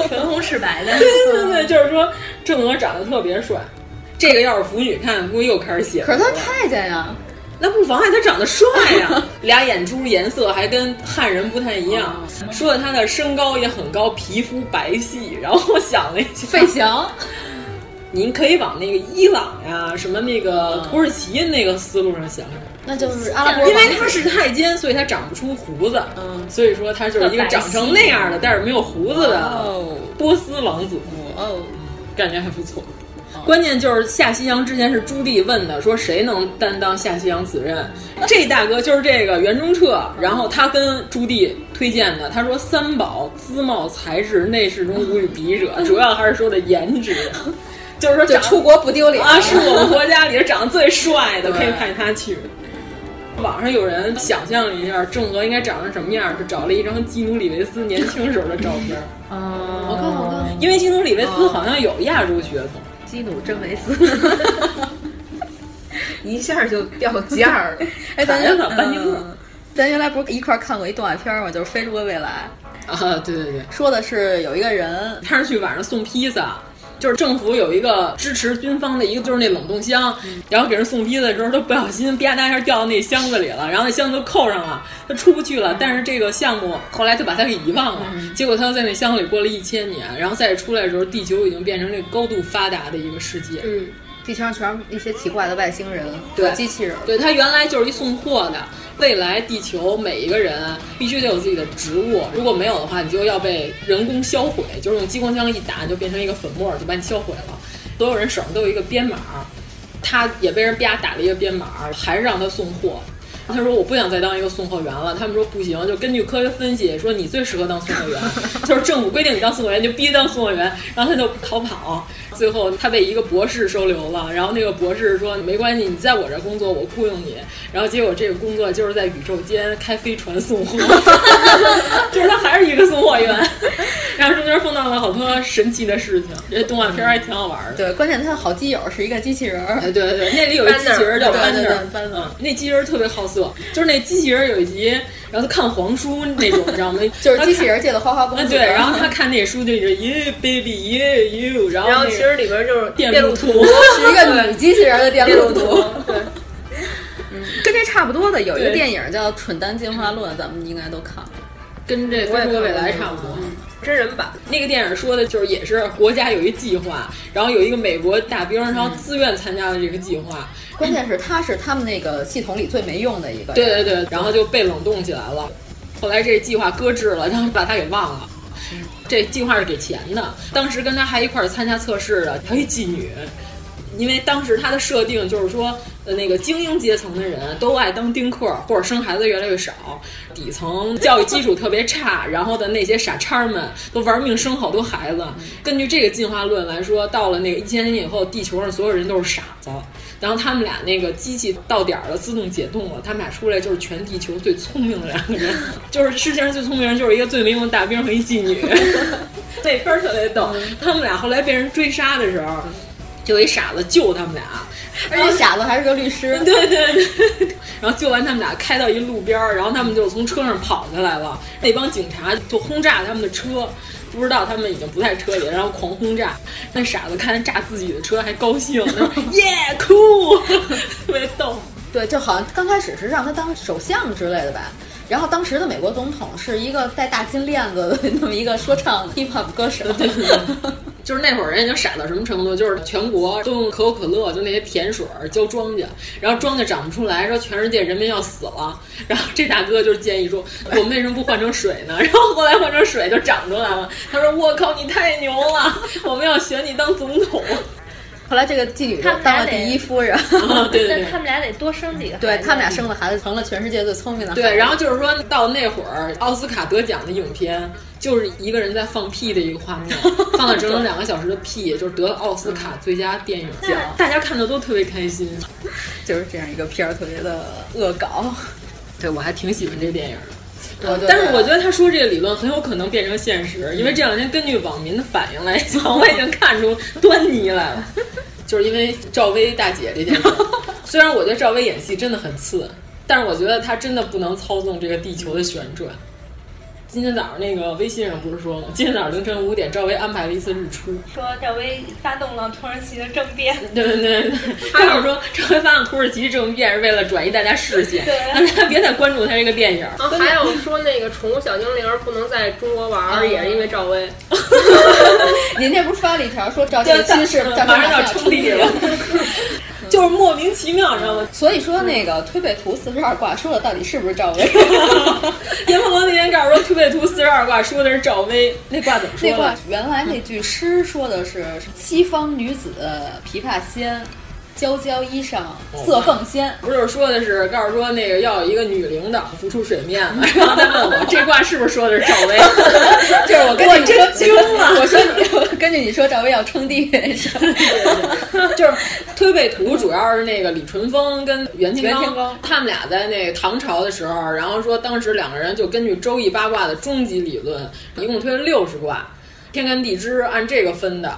Speaker 5: 唇红齿白的。
Speaker 3: 对对对，就是说郑和长得特别帅。这个要是腐女看，估计又开始写。
Speaker 4: 可是他太监呀，
Speaker 3: 那不妨碍他长得帅 呀，俩眼珠颜色还跟汉人不太一样。
Speaker 4: 哦
Speaker 3: 说的他的身高也很高，皮肤白皙。然后我想了一下，
Speaker 4: 费翔，
Speaker 3: 您可以往那个伊朗呀、什么那
Speaker 4: 嗯
Speaker 3: 个土耳其那个思路上想想。
Speaker 4: 那就是阿拉伯王子，
Speaker 3: 因为他是太监，所以他长不出胡子，嗯，所以说他就是一个长成那样的，但是没有胡子的波斯王子，
Speaker 4: 哦，
Speaker 3: 感觉还不错。关键就是下西洋之前是朱棣问的，说谁能担当下西洋此任？这大哥就是这个袁中彻，然后他跟朱棣推荐的，他说三宝：姿貌、才智、内饰中无与比者，主要还是说的颜值，就是说
Speaker 4: 就
Speaker 3: 长
Speaker 4: 出国不丢脸
Speaker 3: 啊，是我们国家里头长得最帅的，可以派他去。网上有人想象了一下郑和应该长成什么样，就找了一张基努里维斯年轻时候的照片。
Speaker 4: 嗯，
Speaker 3: 好看好看，因为基努里维斯好像有亚洲血统。
Speaker 4: 基努真维斯。
Speaker 2: 一下就掉价儿了。
Speaker 4: 哎，咱
Speaker 3: 谈了半年了
Speaker 4: 嗯咱原来不是一块儿看过一动画片儿吗？就是《飞出个未来
Speaker 3: 啊，对对对，》，
Speaker 4: 说的是有一个人，
Speaker 3: 他是去晚上送披萨，就是政府有一个支持军方的一个就是那冷冻箱，然后给人送披萨的时候，他不小心吧嗒一下掉到那箱子里了，然后那箱子都扣上了，他出不去了。但是这个项目后来就把他给遗忘了，结果他又在那箱子里过了一千年，然后再出来的时候，地球已经变成那个高度发达的一个世界。
Speaker 2: 嗯，
Speaker 4: 地球上全是一些奇怪的外星人
Speaker 3: 对
Speaker 4: 和机器人。
Speaker 3: 对，他原来就是一送货的。未来地球每一个人啊必须得有自己的职务，如果没有的话，你就要被人工销毁，就是用激光枪一打，你就变成一个粉末，就把你销毁了。所有人手上都有一个编码，他也被人啪打了一个编码，还是让他送货。他说我不想再当一个送货员了。他们说不行，就根据科学分析，说你最适合当送货员， 就是政府规定你当送货员，你就必须当送货员。然后他就逃跑，最后他被一个博士收留了。然后那个博士说没关系，你在我这儿工作，我雇佣你。然后结果这个工作就是在宇宙间开飞船送货， 就是他还是一个送货员。 然后中间碰到了好多神奇的事情，这动画片还挺好玩的。
Speaker 4: 对，关键他的好基友是一个机器人儿。
Speaker 3: 哎，对对对，那里有一机器人儿叫班
Speaker 4: 班
Speaker 3: 纳
Speaker 4: 纳
Speaker 3: 儿
Speaker 4: 儿，
Speaker 3: 嗯，那机器人儿特别好色，就是那机器人儿有一集，然后他看黄书那种，你知道吗？
Speaker 4: 就是机器人
Speaker 3: 他看。
Speaker 4: 界的花花公
Speaker 3: 嗯，
Speaker 4: 子。
Speaker 3: 对，然后他看那书就一直耶 baby 耶 you，然 后
Speaker 2: 然
Speaker 3: 那
Speaker 2: 后
Speaker 3: 个
Speaker 2: 其实里边就是
Speaker 3: 电路
Speaker 2: 路
Speaker 3: 图，
Speaker 4: 是一个女机器人的电路图，
Speaker 2: 对，
Speaker 4: 跟这差不多的有一个
Speaker 3: 对
Speaker 4: 电影叫《蠢蛋进化论》，咱们应该都看过。
Speaker 3: 跟这《
Speaker 2: 我
Speaker 3: 非
Speaker 2: 也
Speaker 3: 洲
Speaker 2: 看
Speaker 3: 未
Speaker 2: 过
Speaker 3: 来》
Speaker 2: 那
Speaker 3: 差
Speaker 2: 个
Speaker 3: 不多。
Speaker 2: 真人版
Speaker 3: 那个电影说的就是也是国家有一计划，然后有一个美国大兵，然后自愿参加了这个计划。
Speaker 4: 关键是他是他们那个系统里最没用的一个。
Speaker 3: 对对对，然后就被冷冻起来了。后来这计划搁置了，然后把他给忘了。这计划是给钱的，当时跟他还一块儿参加测试的还有一妓女，因为当时他的设定就是说，呃，那个精英阶层的人都爱当丁克，或者生孩子越来越少，底层教育基础特别差，然后的那些傻叉们都玩命生好多孩子。根据这个进化论来说，到了那个一千年以后，地球上所有人都是傻子。然后他们俩那个机器到点儿了，自动解冻了，他们俩出来就是全地球最聪明的两个人， 就是世界上最聪明人就是一个最没用的大兵和一妓女， 那片儿特别逗。他们俩后来被人追杀的时候，就有一傻子救他们俩，
Speaker 4: 而且傻子还是个律师，
Speaker 3: 对对对。然后救完他们俩，开到一路边儿，然后他们就从车上跑下来了，那帮警察就轰炸他们的车。不知道他们已经不在车里，然后狂轰炸。那傻子看炸自己的车还高兴， 耶酷，特别逗。
Speaker 4: 对，就好像刚开始是让他当首相之类的吧。然后当时的美国总统是一个戴大金链子的那么一个说唱 hip hop 歌手，
Speaker 3: 对对对就是那会儿人已经傻到什么程度，就是全国都用可口可乐，就那些甜水浇庄稼，然后庄稼长不出来，说全世界人民要死了。然后这大哥就建议说，我们为什么不换成水呢？然后后来换成水就长出来了。他说：“我靠，你太牛了，我们要选你当总统。”
Speaker 4: 后来这个妓女当了第一夫人，
Speaker 3: 哦、对对对，
Speaker 5: 他们俩得多生几个。
Speaker 4: 对他们俩生了孩子，成了全世界最聪明的。
Speaker 3: 对，然后就是说到那会儿，奥斯卡得奖的影片就是一个人在放屁的一个画面，放了整整两个小时的屁，就是得了奥斯卡最佳电影奖，大家看的都特别开心。
Speaker 4: 就是这样一个片儿，特别的恶搞。
Speaker 3: 对，我还挺喜欢这电影的。
Speaker 4: 对对对
Speaker 3: 但是我觉得他说这个理论很有可能变成现实，因为这两天根据网民的反应来讲，我已经看出端倪来了。 就是因为赵薇大姐这件事， 虽然我觉得赵薇演戏真的很次，但是我觉得她真的不能操纵这个地球的旋转。今天早上那个微信上不是说吗？今天早上凌晨五点，赵薇安排了一次日出，
Speaker 5: 说赵薇发动了土耳其的政变。
Speaker 3: 对对对， 还有说赵薇发动土耳其政变是为了转移大家视线，让 大家别再关注她这个电影。
Speaker 2: 啊，还有说那个宠物小精灵不能在中国玩，嗯、也是因为赵薇。
Speaker 4: 人家不是发了一条说
Speaker 3: 啊
Speaker 4: 赵薇去世，
Speaker 3: 马上要出力了。 就是莫名其妙，你知道吗？
Speaker 4: 所以说那个推背图四十二卦说的到底是不是赵薇？
Speaker 3: 阎婆罗那天告诉说推背图四十二卦说的是赵薇，那卦怎么说？
Speaker 4: 那卦原来那句诗说的是西方女子琵琶仙。娇娇衣裳色凤仙，
Speaker 3: 不是说的是告诉说那个要有一个女领导浮出水 面嘛？然后他问我这卦是不是说的是 赵薇？
Speaker 4: 就是我跟
Speaker 3: 我真惊 了，
Speaker 4: 我说你根据你说赵薇要称帝是吧
Speaker 3: 就是推背图主要是那个李淳风跟袁天罡他们俩在那唐朝的时候，然后说当时两个人就根据周易八卦的终极理论，一共推了六十卦，天干地支按这个分的。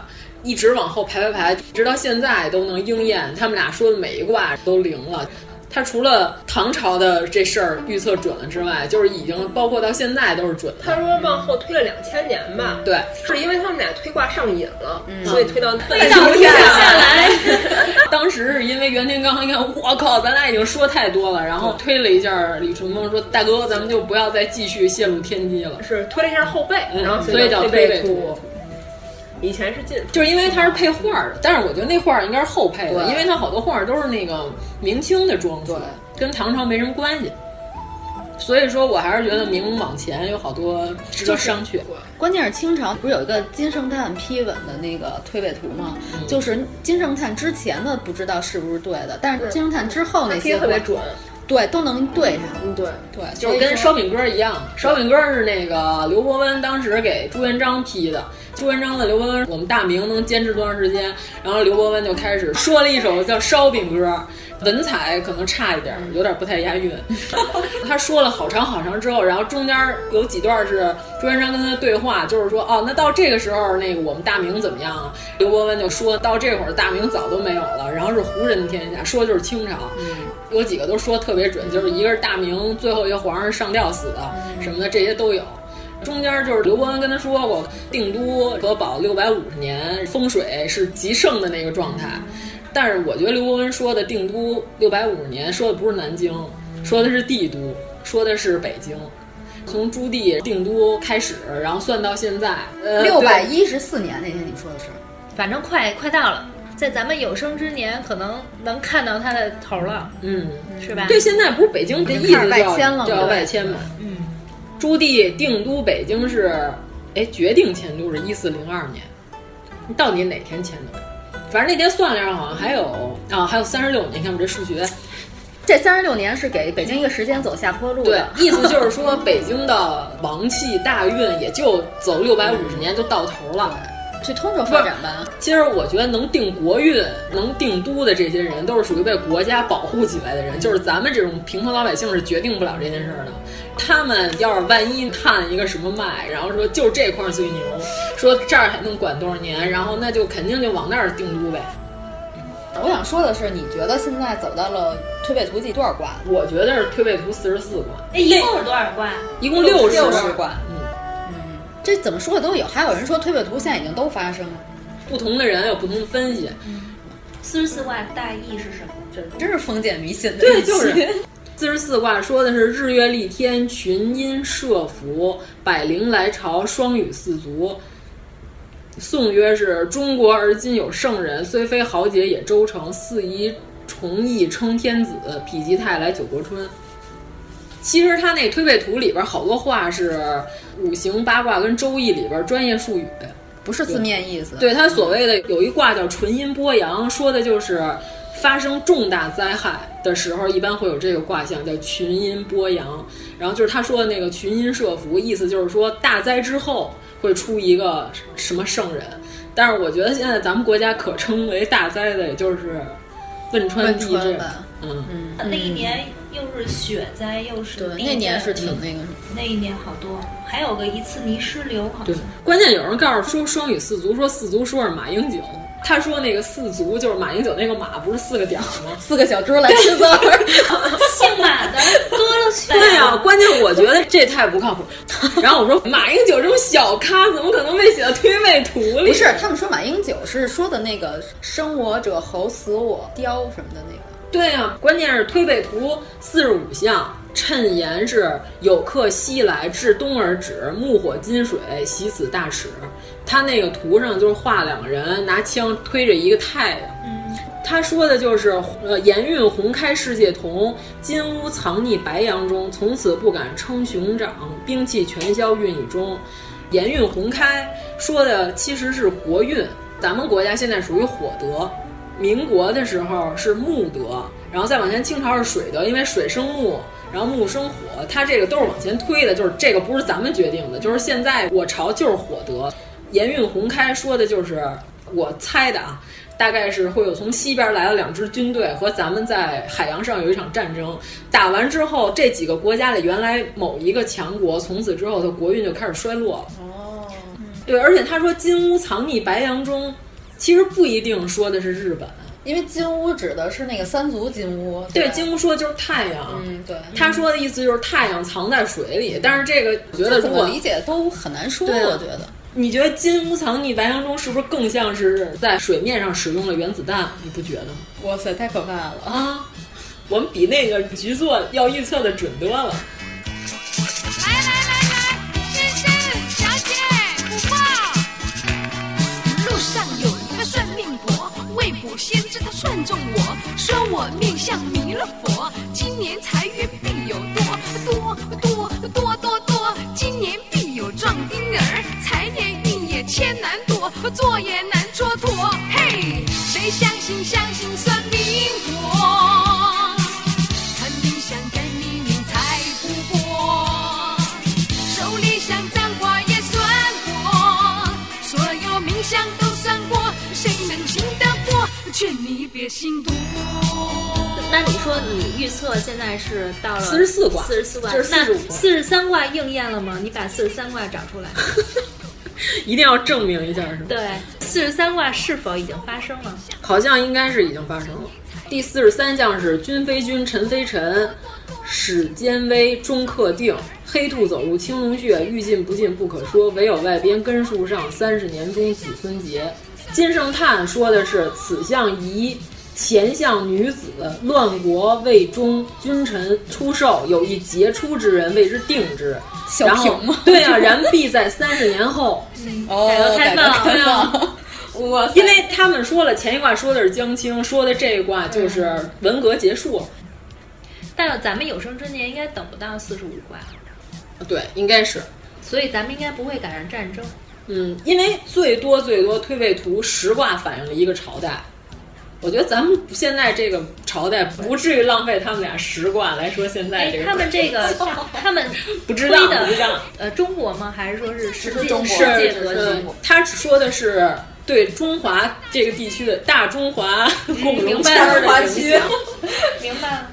Speaker 3: 一直往后排排排，直到现在都能应验。他们俩说的每一卦都灵了。他除了唐朝的这事儿预测准了之外，就是已经包括到现在都是准的。
Speaker 2: 他说往后推了两千年吧，
Speaker 3: 对，
Speaker 2: 是因为他们俩推卦上瘾了，嗯、所以推到
Speaker 3: 推
Speaker 2: 到
Speaker 3: 停
Speaker 2: 不
Speaker 3: 下来。 当时是因为袁天罡一看，我靠，咱俩已经说太多了，然后推了一下李淳风，说大哥，咱们就不要再继续泄露天机了。
Speaker 2: 是推了一下后背，
Speaker 3: 嗯、
Speaker 2: 然后
Speaker 3: 所以叫
Speaker 2: 推
Speaker 3: 背
Speaker 2: 图。以前是进，
Speaker 3: 就是因为它是配画的，但是我觉得那画应该是后配的，因为它好多画都是那个明清的装束，跟唐朝没什么关系。所以说我还是觉得明往前有好多值得商榷。
Speaker 4: 关键是清朝不是有一个金圣叹批文的那个推背图吗？嗯、就是金圣叹之前的不知道是不是对的，但是金圣叹之后那些
Speaker 2: 特别准。
Speaker 4: 对，都能对上。
Speaker 2: 嗯，对
Speaker 4: 对，
Speaker 3: 就是跟烧饼歌一样。烧饼歌是那个刘伯温当时给朱元璋批的，朱元璋问刘伯温，我们大明能坚持多长时间？然后刘伯温就开始说了一首叫《烧饼歌》，文采可能差一点，有点不太押韵。他说了好长好长之后，然后中间有几段是朱元璋跟他对话，就是说哦，那到这个时候，那个我们大明怎么样啊？刘伯温就说到这会儿，大明早都没有了，然后是胡人天下，说的就是清朝。
Speaker 4: 嗯
Speaker 3: 有几个都说特别准，就是一个是大明，最后一个皇上上吊死的，
Speaker 4: 嗯
Speaker 3: 什么的这些都有。中间就是刘伯温跟他说过，定都和保六百五十年，风水是极盛的那个状态。
Speaker 4: 嗯
Speaker 3: 但是我觉得刘伯温说的定都六百五十年，说的不是南京，说的是帝都，说的是北京。从朱棣定都开始，然后算到现在，呃，
Speaker 4: 六百一十四年那天你说的是，
Speaker 5: 反正快快到了。在咱们有生之年，可能能看到它的头了，
Speaker 3: 嗯，
Speaker 5: 是吧？
Speaker 3: 对，现在不是北京这意思
Speaker 4: 外迁了
Speaker 3: 叫叫外迁嘛，嗯，朱棣定都北京是，哎，决定迁都是一四零二年，到底哪天迁都？反正那天算了，好像还有啊，还有三十六年。你看我这数学，
Speaker 4: 这三十六年是给北京一个时间走下坡路
Speaker 3: 对
Speaker 4: 的，，
Speaker 3: 意思就是说北京的王气大运也就走六百五十年就到头了。
Speaker 4: 去通州发展吧。
Speaker 3: 其实我觉得能定国运、能定都的这些人，都是属于被国家保护起来的人，就是咱们这种平头老百姓是决定不了这件事儿的。他们要是万一探一个什么脉，然后说就这块儿最牛，说这儿还能管多少年，然后那就肯定就往那儿定都呗。
Speaker 4: 我想说的是，你觉得现在走到了推背图记多少卦？
Speaker 3: 我觉得是推背图四十四卦，
Speaker 5: 哎，一共是多少卦？
Speaker 3: 一共
Speaker 4: 六
Speaker 3: 十
Speaker 4: 十卦。嗯这怎么说的都有，还有人说推背图现在已经都发生了。
Speaker 3: 不同的人有不同的分析。
Speaker 5: 四十四卦大意是什么？这
Speaker 4: 真是封建迷信的
Speaker 3: 对，
Speaker 4: 一期。
Speaker 3: 就是四十四卦说的是日月历天、群阴射符、百灵来朝、双羽四足。宋曰是中国而今有圣人，虽非豪杰也周成，四夷崇义称天子，否极泰来九国春。其实他那推背图里边好多话是五行八卦跟周易里边专业术语，
Speaker 4: 不是字面意思。
Speaker 3: 对他所谓的有一卦叫纯阴剥阳，说的就是发生重大灾害的时候，一般会有这个卦象叫群阴剥阳。然后就是他说的那个群阴设伏，意思就是说大灾之后会出一个什么圣人。但是我觉得现在咱们国家可称为大灾的，也就是汶川地
Speaker 4: 汶川
Speaker 3: 震
Speaker 4: 吧。
Speaker 3: 嗯，
Speaker 5: 那一年又是雪灾，又是
Speaker 4: 对
Speaker 5: 地
Speaker 4: 那年
Speaker 5: 震
Speaker 4: 是挺
Speaker 3: 嗯
Speaker 4: 那个什么。
Speaker 5: 那一年好多，还有个一次泥石流，好
Speaker 3: 对
Speaker 5: 像。，
Speaker 3: 关键有人告诉说双语四足，说四足说是马英九，他说那个四足就是马英九那个马，不是四个点儿吗？
Speaker 4: 四个小猪来吃 枣儿，
Speaker 5: 姓马的多了去了。
Speaker 3: 对 呀、关键我觉得这太不靠谱。 然后我说马英九这种小咖怎么可能被写到推背图里？
Speaker 4: 不是，他们说马英九是说的那个“生我者猴，死我雕”什么的那个。
Speaker 3: 对呀、关键是推背图四十五项，谶言是有客西来，至东而止，木火金水，喜此大耻。他那个图上就是画两个人拿枪推着一个太阳。他说的就是，呃，盐运红开世界同，金屋藏匿白杨中，从此不敢称雄长，兵器全消运以中。盐运红开说的其实是国运，咱们国家现在属于火德，民国的时候是木德，然后再往前清朝是水德，因为水生木，然后木生火，它这个都是往前推的，就是这个不是咱们决定的，就是现在我朝就是火德。盐运红开说的就是我猜的啊，大概是会有从西边来了两支军队和咱们在海洋上有一场战争，打完之后这几个国家里原来某一个强国，从此之后它国运就开始衰落了。
Speaker 4: 哦
Speaker 3: 对，而且他说金屋藏匿白杨中，其实不一定说的是日本。
Speaker 4: 因为金乌指的是那个三足金乌，
Speaker 3: 对，
Speaker 4: 吧
Speaker 3: 金屋说就是太阳，
Speaker 4: 嗯对，
Speaker 3: 他说的意思就是太阳藏在水里，但是这个我觉得
Speaker 4: 嗯这怎
Speaker 3: 如果
Speaker 4: 么理解都很难说，
Speaker 3: 对啊
Speaker 4: 我觉得。
Speaker 3: 你觉得金屋藏匿白杨中是不是更像是在水面上使用了原子弹？你不觉得吗？
Speaker 4: 哇塞，太可怕了！
Speaker 3: 啊，我们比那个局座要预测的准多了。
Speaker 8: 小姐，不报。路上有一个算命婆，未卜先知他算中我，说我面相弥勒佛，今年财源必有多多多多多多，今年必有壮丁儿，财年运也千难躲，做也难蹉跎。嘿，谁相信相信算命婆？看面相改命运才不过。手里像脏话也算过，所有名相都算过，谁能信得过？劝你别信赌博。
Speaker 5: 那你说你预测现在是到了
Speaker 3: 44卦
Speaker 5: 四十四卦，
Speaker 3: 就是45卦
Speaker 5: 那四十三卦应验了吗？你把四十三卦找出来。
Speaker 3: 一定要证明一下是吗？
Speaker 5: 对，四十三卦是否已经发生了？
Speaker 3: 好像应该是已经发生了。第四十三项是君非君，臣非臣，始奸危，终克定。黑兔走入青龙穴，欲进不进不可说，唯有外边根树上，三十年中子孙节。金圣叹说的是此项宜贤相女子，乱国未终，君臣出售，有一杰出之人为之定之。
Speaker 4: 小
Speaker 3: 然后
Speaker 4: 平吗
Speaker 3: 对啊，然必在三十 年后。
Speaker 4: 哦
Speaker 3: 改革
Speaker 4: 改
Speaker 3: 开
Speaker 4: 革
Speaker 3: 放，
Speaker 4: 开
Speaker 3: 对
Speaker 4: 放
Speaker 3: 啊。我 因为他们说了前一卦说的是江青，说的这一卦就是文革结束。
Speaker 5: 但咱们有生之年应该等不到四十五卦，
Speaker 3: 对，应该是。
Speaker 5: 所以咱们应该不会赶上战争。
Speaker 3: 嗯，因为最多最多推背图十卦反映了一个朝代，我觉得咱们现在这个朝代不至于浪费他们俩十卦来说现在
Speaker 5: 哎
Speaker 3: 这，个。
Speaker 5: 他们这个， 他们
Speaker 3: 不知道
Speaker 5: 推的
Speaker 3: 不知道
Speaker 5: 呃，中国吗？还是说是世界
Speaker 3: 是
Speaker 5: 世界
Speaker 3: 是
Speaker 5: 格局？
Speaker 3: 他说的是对中华这个地区的大中华 共
Speaker 5: 嗯
Speaker 3: 荣
Speaker 5: 明
Speaker 3: 圈
Speaker 5: 白了
Speaker 3: 儿的影响。
Speaker 5: 明白了。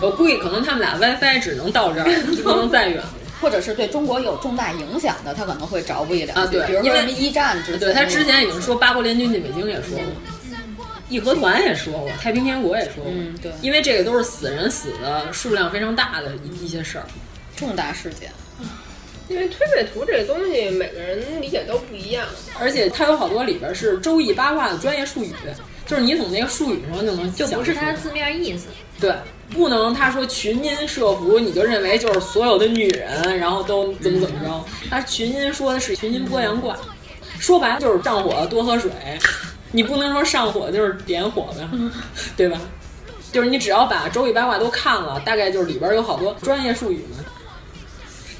Speaker 3: 我估计可能他们俩 WiFi 只能到 这儿，不能再远。
Speaker 4: 或者是对中国有重大影响的，他可能会找不一两句
Speaker 3: 啊，对
Speaker 4: 比如，
Speaker 3: 因
Speaker 4: 说
Speaker 3: 为啊
Speaker 4: 什么一战之前
Speaker 3: 对他之前已经说八国联军进北京也说过，义和团也说过，太平天国也说过，
Speaker 4: 嗯对
Speaker 3: 因为这个都是死人死的数量非常大的一一些事儿，
Speaker 4: 重大事件，
Speaker 2: 因为推背图这东西，每个人理解都不一样。
Speaker 3: 而且它有好多里边是《周易》八卦的专业术语，就是你从那个术语上就能就
Speaker 5: 不是它字面意思。
Speaker 3: 对，不能他说群阴设伏，你就认为就是所有的女人，然后都怎么怎么着。他群阴说的是群阴剥阳卦，说白了就是上火多喝水，你不能说上火就是点火呗，
Speaker 5: 嗯
Speaker 3: 对吧？就是你只要把周易八卦都看了，大概就是里边有好多专业术语嘛。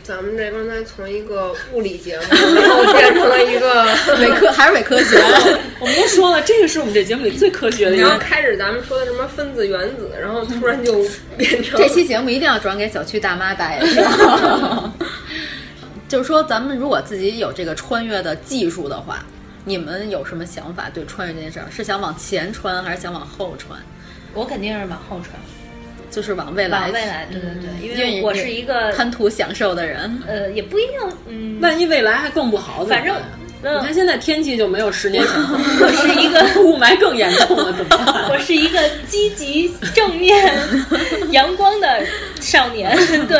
Speaker 2: 咱们这刚才从一个物理节目，然后变成了一 个
Speaker 4: 伪科还是伪科学
Speaker 3: 我们都说了，这个是我们这节目里最科学的一
Speaker 2: 然后
Speaker 5: 嗯
Speaker 3: 个。
Speaker 2: 开始咱们说的什么分子原子，然后突然 就变成
Speaker 4: 这期节目一定要转给小区大妈大爷听。 就是说，咱们如果自己有这个穿越的技术的话，你们有什么想法？对穿越这件事儿，是想往前穿还是想往后穿？
Speaker 5: 我肯定是往后穿，
Speaker 4: 就是往未来。
Speaker 5: 往未来对对对
Speaker 4: 嗯
Speaker 5: 因为
Speaker 4: 你
Speaker 5: 我是一个
Speaker 4: 贪图享受的人。
Speaker 5: 呃，也不一定，嗯，
Speaker 3: 万一未来还更不好，怎么办
Speaker 5: 反正嗯
Speaker 3: 你看现在天气就没有十年前好，
Speaker 5: 我是一个
Speaker 3: 雾霾更严重了，怎么办？
Speaker 5: 我是一个积极、正面、 阳光的少年。对，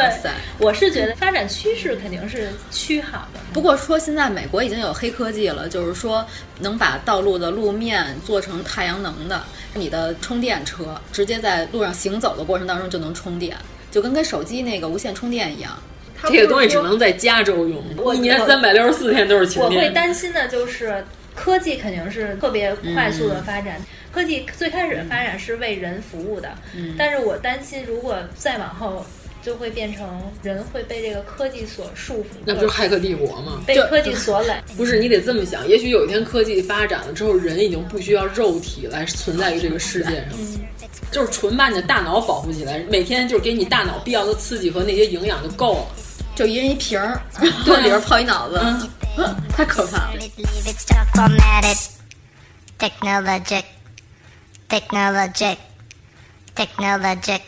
Speaker 5: 我是觉得发展趋势肯定是趋好的。
Speaker 4: 不过说现在美国已经有黑科技了，就是说能把道路的路面做成太阳能的，你的充电车直接在路上行走的过程当中就能充电，就跟跟手机那个无线充电一样。
Speaker 2: 它
Speaker 3: 这个东西只能在加州用，一年三百六十四天都是晴
Speaker 5: 我
Speaker 3: 天。
Speaker 5: 会担心的就是科技肯定是特别快速的发展。
Speaker 3: 嗯
Speaker 5: 科技最开始的发展是为人服务的，
Speaker 4: 嗯
Speaker 5: 但是我担心如果再往后，就会变成人会被这个科技所束缚，
Speaker 3: 那不就是骇客帝国吗？
Speaker 5: 被科技所 累。
Speaker 3: 不是，你得这么想，也许有一天科技发展了之后，人已经不需要肉体来存在于这个世界上，
Speaker 5: 嗯
Speaker 3: 就是纯把你的大脑保护起来，每天就是给你大脑必要的刺激和那些营养就够了。
Speaker 4: 就一人一 瓶儿，对， 里边泡一脑子，
Speaker 5: 嗯
Speaker 4: 太可怕了。
Speaker 9: It's tough, I'm at it. Technologic, technologic, technologic,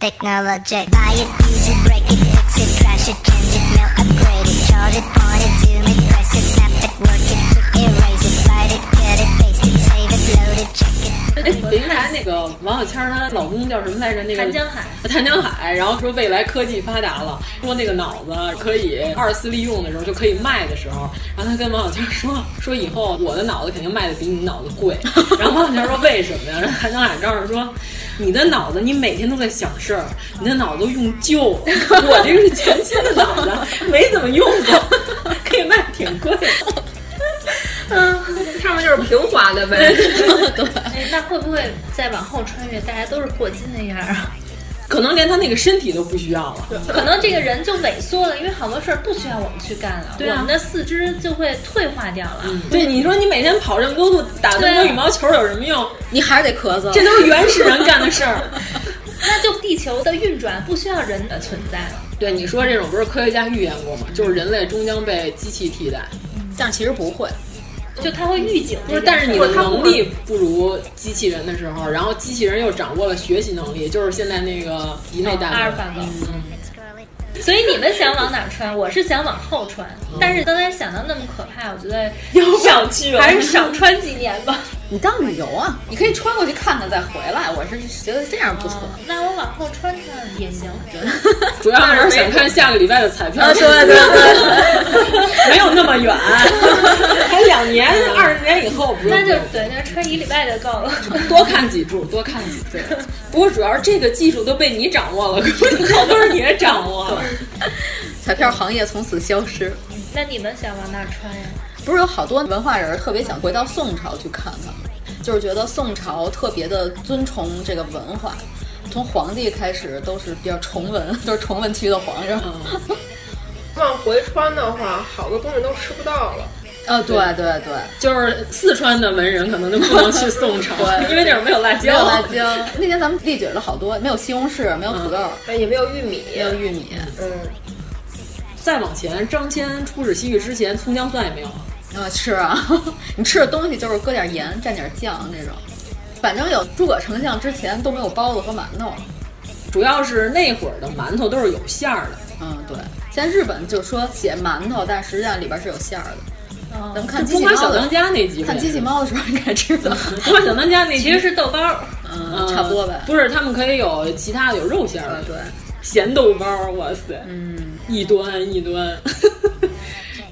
Speaker 9: technologic. Buy it, use it, break it, fix it, trash it, change it, mail, upgrade it, charge it, point it, zoom it, press it, snap it, work it, quick, erase it, write it, cut it, paste it, save it, load it, check it.
Speaker 3: 哎，北京台那个王小谦儿，她老公叫什么来着？那个
Speaker 5: 谭江海，
Speaker 3: 谭江海。然后说未来科技发达了，说那个脑子可以二次利用的时候就可以卖的时候，然后他跟王小谦儿说 说以后我的脑子肯定卖的比你脑子 贵。然后王小谦儿说为什么呀？然后谭江海告诉说，你的脑子你每天都在想事儿，你的脑子都用旧 了，我这个是全新的脑子，没怎么用过，可以卖挺 贵的。
Speaker 2: 嗯，上面就是平滑的呗。
Speaker 5: 哎，那会不会再往后穿越，大家都是霍金那样啊？
Speaker 3: 可能连他那个身体都不需要了。
Speaker 5: 可能这个人就萎缩了，因为好多事儿不需要我们去干了，
Speaker 3: 对啊嗯
Speaker 5: 我们的四肢就会退化掉了。
Speaker 3: 对，你说你每天跑这么多路，打这么多
Speaker 5: 对啊
Speaker 3: 羽毛球有什么用？
Speaker 4: 你还是得咳嗽
Speaker 3: 这都是原始人干的事儿。
Speaker 5: 那就地球的运转不需要人的存在了。
Speaker 3: 对，你说这种不是科学家预言过吗？就是人类终将被机器替代。
Speaker 4: 但是其实不会，
Speaker 5: 就他会预警
Speaker 3: 不是，但是你的能力不如机器人的时候，然后机器人又掌握了学习能力，就是现在那个一类大
Speaker 5: 哦阿尔
Speaker 3: 哥
Speaker 5: 法狗。所以你们想往哪儿穿？我是想往后穿，但是刚才想到那么可怕，我觉得
Speaker 3: 又
Speaker 5: 少
Speaker 3: 想去了
Speaker 5: 还是少穿几年吧。
Speaker 4: 你当旅游啊，你可以穿过去看看再回来。我是觉得这样不错。
Speaker 5: 那我往后穿穿也行，
Speaker 3: 主要还是想啊看下个礼拜的彩票。
Speaker 4: 啊对对对
Speaker 3: 没有那么远，还两年、二十年以后不用。
Speaker 5: 那就对，那穿一礼拜就够了。
Speaker 3: 多看几注，多看几次。不过主要是这个技术都被你掌握了， 估计好多人也掌握了。
Speaker 4: 彩票行业从此消失。
Speaker 5: 那你们想往哪穿呀？
Speaker 4: 不是有好多文化人特别想回到宋朝去看看吗？就是觉得宋朝特别的尊崇这个文化，从皇帝开始都是比较崇文， 都是崇文区的皇上。
Speaker 2: 往回穿的话，好多东西都吃不到了。
Speaker 4: 啊、哦，对对对，
Speaker 3: 就是四川的文人可能都不能去宋 朝因为那儿没有辣椒。
Speaker 4: 没有辣椒。那天咱们列举了好多，没有西红柿，没有土豆，
Speaker 2: 嗯、也没有玉米，
Speaker 4: 没有玉米。
Speaker 2: 嗯。
Speaker 3: 再往前，张骞出使西域之前，葱姜蒜也没有。
Speaker 4: 啊，吃啊！ 你吃的东西就是搁点盐，蘸点酱那种。反正有诸葛丞相之前都没有包子和馒头，
Speaker 3: 主要是那会儿的馒头都是有馅儿的。
Speaker 4: 嗯，对。现在日本就说写馒头，但实际上里边是有馅儿的。
Speaker 3: 哦、
Speaker 4: 咱们看《
Speaker 3: 中华小当家》那集，
Speaker 4: 看《机器猫》的时候应该知 道，
Speaker 3: 《中华小当家》 那
Speaker 5: 其实是豆包，
Speaker 4: 嗯，差不多吧。
Speaker 3: 不是，他们可以有其他的，有肉馅儿的、
Speaker 4: 嗯，对，
Speaker 3: 咸豆包，哇塞，
Speaker 4: 嗯，
Speaker 3: 一端一端。